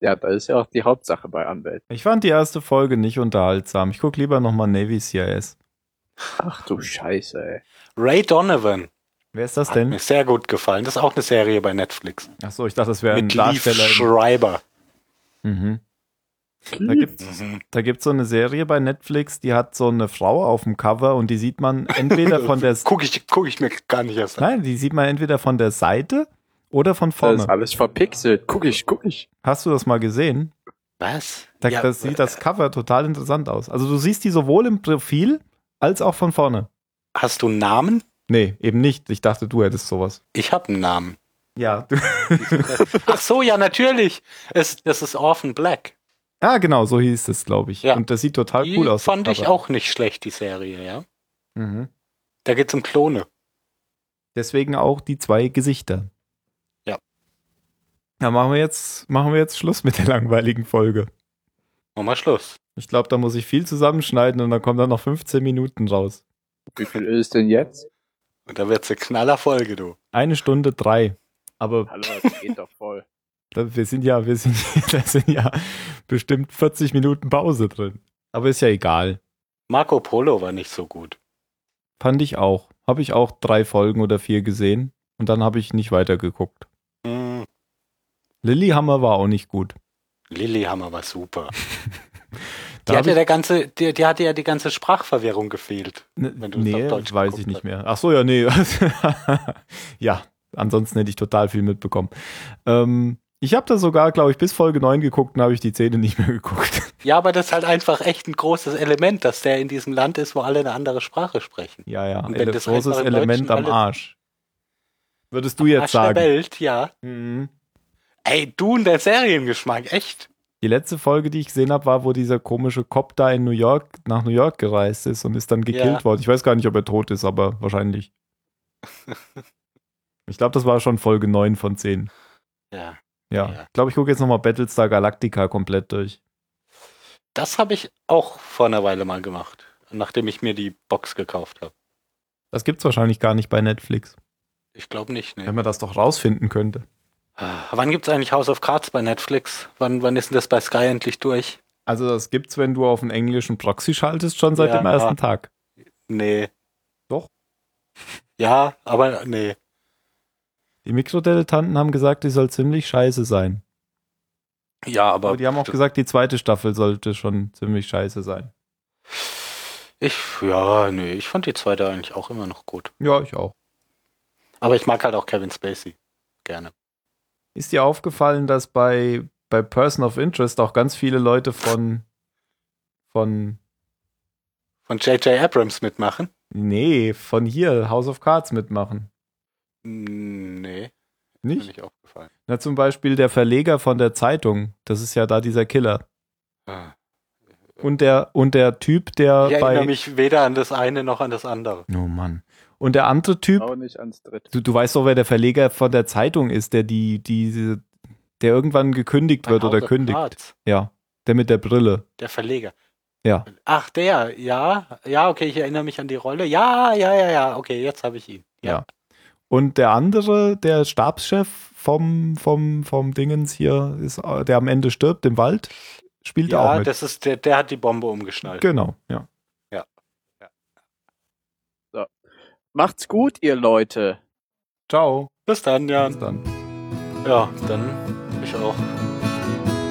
Speaker 1: Ja, da ist ja auch die Hauptsache bei Anwälten.
Speaker 2: Ich fand die erste Folge nicht unterhaltsam. Ich guck lieber nochmal Navy CIS.
Speaker 1: Ach du Scheiße, ey.
Speaker 3: Ray Donovan
Speaker 2: Wer ist das
Speaker 3: hat mir
Speaker 2: denn?
Speaker 3: sehr gut gefallen. Das ist auch eine Serie bei Netflix.
Speaker 2: Ach so, ich dachte, das wäre ein
Speaker 3: Mit Leaf
Speaker 2: Ähm, Darsteller.
Speaker 3: Schreiber.
Speaker 2: Mhm. Da gibt's Da gibt's so eine Serie bei Netflix, die hat so eine Frau auf dem Cover und die sieht man entweder von der
Speaker 3: Guck ich, guck ich mir gar nicht erst an.
Speaker 2: Nein, die sieht man entweder von der Seite oder von
Speaker 1: Das ist
Speaker 2: vorne.
Speaker 1: alles verpixelt. Guck ich, guck ich.
Speaker 2: Hast du das mal gesehen?
Speaker 3: Was?
Speaker 2: Da,
Speaker 3: Ja, äh,
Speaker 2: das sieht das Cover total interessant aus. Also du siehst die sowohl im Profil als auch von vorne.
Speaker 3: Hast du einen Namen?
Speaker 2: Nee, eben nicht. Ich dachte, du hättest sowas.
Speaker 3: Ich habe einen Namen.
Speaker 2: Ja. Du
Speaker 3: Ach so, ja, natürlich. Es, das ist Orphan Black.
Speaker 2: ah, genau, so hieß es, glaube ich.
Speaker 3: Ja.
Speaker 2: Und das sieht total
Speaker 3: Die
Speaker 2: cool aus. das
Speaker 3: fand ich
Speaker 2: Cover.
Speaker 3: auch nicht schlecht, die Serie, ja.
Speaker 2: Mhm.
Speaker 3: Da geht's um Klone.
Speaker 2: Deswegen auch die zwei Gesichter.
Speaker 3: Ja.
Speaker 2: Ja, machen wir jetzt, machen wir jetzt Schluss mit der langweiligen Folge.
Speaker 3: Machen wir Schluss.
Speaker 2: Ich glaube, da muss ich viel zusammenschneiden und dann kommen dann noch 15 Minuten raus.
Speaker 1: Wie viel ist denn jetzt?
Speaker 3: Und da wird's eine Knallerfolge, du.
Speaker 2: Eine Stunde drei. Aber
Speaker 1: Hallo, das geht doch voll.
Speaker 2: da, wir sind ja, wir sind, da sind ja bestimmt 40 Minuten Pause drin. Aber ist ja egal.
Speaker 3: Marco Polo war nicht so gut.
Speaker 2: Fand ich auch. Habe ich auch drei Folgen oder vier gesehen und dann habe ich nicht weitergeguckt. Mhm.
Speaker 3: Hm,
Speaker 2: Lilyhammer war auch nicht gut.
Speaker 3: Lilyhammer war super.
Speaker 2: Da hab
Speaker 3: Die hatte,
Speaker 2: ich,
Speaker 3: der ganze, die, die hatte ja die ganze Sprachverwirrung gefehlt.
Speaker 2: ne,
Speaker 3: wenn du das
Speaker 2: nee,
Speaker 3: auf Deutsch
Speaker 2: weiß
Speaker 3: geguckt
Speaker 2: ich nicht
Speaker 3: hast.
Speaker 2: mehr. Ach so, ja, nee. ja, ansonsten hätte ich total viel mitbekommen. Ähm, ich habe da sogar, glaube ich, bis Folge 9 geguckt und habe ich die Zähne nicht mehr geguckt.
Speaker 3: Ja, aber das ist halt einfach echt ein großes Element, dass der in diesem Land ist, wo alle eine andere Sprache sprechen.
Speaker 2: Ja, ja,
Speaker 3: Und
Speaker 2: ein
Speaker 3: wenn das
Speaker 2: großes
Speaker 3: einfach im
Speaker 2: Element
Speaker 3: Deutschen
Speaker 2: am
Speaker 3: alles-
Speaker 2: Arsch. Würdest du jetzt
Speaker 3: Arsch der
Speaker 2: sagen.
Speaker 3: Welt, ja.
Speaker 2: Mhm.
Speaker 3: Ey, du und der Seriengeschmack, echt?
Speaker 2: Die letzte Folge, die ich gesehen habe, war, wo dieser komische Cop da in New York, nach New York gereist ist und ist dann gekillt
Speaker 3: Ja.
Speaker 2: worden. Ich weiß gar nicht, ob er tot ist, aber wahrscheinlich. ich glaube, das war schon Folge 9 von 10.
Speaker 3: Ja.
Speaker 2: Ja.
Speaker 3: Ja.
Speaker 2: Ich glaube, ich gucke jetzt nochmal Battlestar Galactica komplett durch.
Speaker 3: Das habe ich auch vor einer Weile mal gemacht, nachdem ich mir die Box gekauft habe.
Speaker 2: Das gibt's wahrscheinlich gar nicht bei Netflix.
Speaker 3: Ich glaube nicht, ne.
Speaker 2: Wenn man das doch rausfinden könnte.
Speaker 3: Ah, Wann gibt's eigentlich House of Cards bei Netflix? Wann, wann ist denn das bei Sky endlich durch?
Speaker 2: Also, das gibt's, wenn du auf einen englischen Proxy schaltest, schon seit
Speaker 3: Ja.
Speaker 2: dem ersten Tag.
Speaker 3: Nee.
Speaker 2: Doch.
Speaker 3: Ja, aber nee.
Speaker 2: Die Mikrodilettanten haben gesagt, die soll ziemlich scheiße sein.
Speaker 3: Ja, aber,
Speaker 2: Aber die haben auch gesagt, die zweite Staffel sollte schon ziemlich scheiße sein.
Speaker 3: ich, ja, nee, ich fand die zweite eigentlich auch immer noch gut.
Speaker 2: Ja, ich auch.
Speaker 3: Aber ich mag halt auch Kevin Spacey gerne.
Speaker 2: Ist dir aufgefallen, dass bei, bei Person of Interest auch ganz viele Leute von, von,
Speaker 3: Von J.J. Abrams mitmachen?
Speaker 2: nee, von hier, House of Cards mitmachen?
Speaker 3: Nee, mir
Speaker 2: Nicht?
Speaker 3: nicht aufgefallen.
Speaker 2: Na, zum Beispiel der Verleger von der Zeitung. Das ist ja da dieser Killer.
Speaker 3: Ah.
Speaker 2: Und der, und der Typ, der
Speaker 3: Ich erinnere
Speaker 2: bei.
Speaker 3: mich weder an das eine noch an das andere.
Speaker 2: Oh Mann. Und der andere Typ,
Speaker 1: Auch nicht ans Dritte.
Speaker 2: Du, du weißt doch, wer der Verleger von der Zeitung ist, der die, die, diese- der irgendwann gekündigt wird
Speaker 3: Bei
Speaker 2: oder
Speaker 3: House of
Speaker 2: kündigt.
Speaker 3: Cards,
Speaker 2: Ja. Der mit der Brille.
Speaker 3: Der Verleger.
Speaker 2: Ja.
Speaker 3: Ach, der, ja, ja, okay, ich erinnere mich an die Rolle. Ja, ja, ja, ja, okay, jetzt habe ich ihn.
Speaker 2: Ja. Und der andere, der Stabschef vom, vom, vom Dingens hier, ist, äh, der am Ende stirbt im Wald, spielt er auch
Speaker 3: Ja,
Speaker 2: mit.
Speaker 3: das ist, der, der hat die Bombe umgeschnallt.
Speaker 2: genau, ja.
Speaker 1: Macht's gut, ihr Leute.
Speaker 2: Ciao.
Speaker 3: Bis dann, Jan.
Speaker 2: Bis dann.
Speaker 3: Ja, dann ich auch.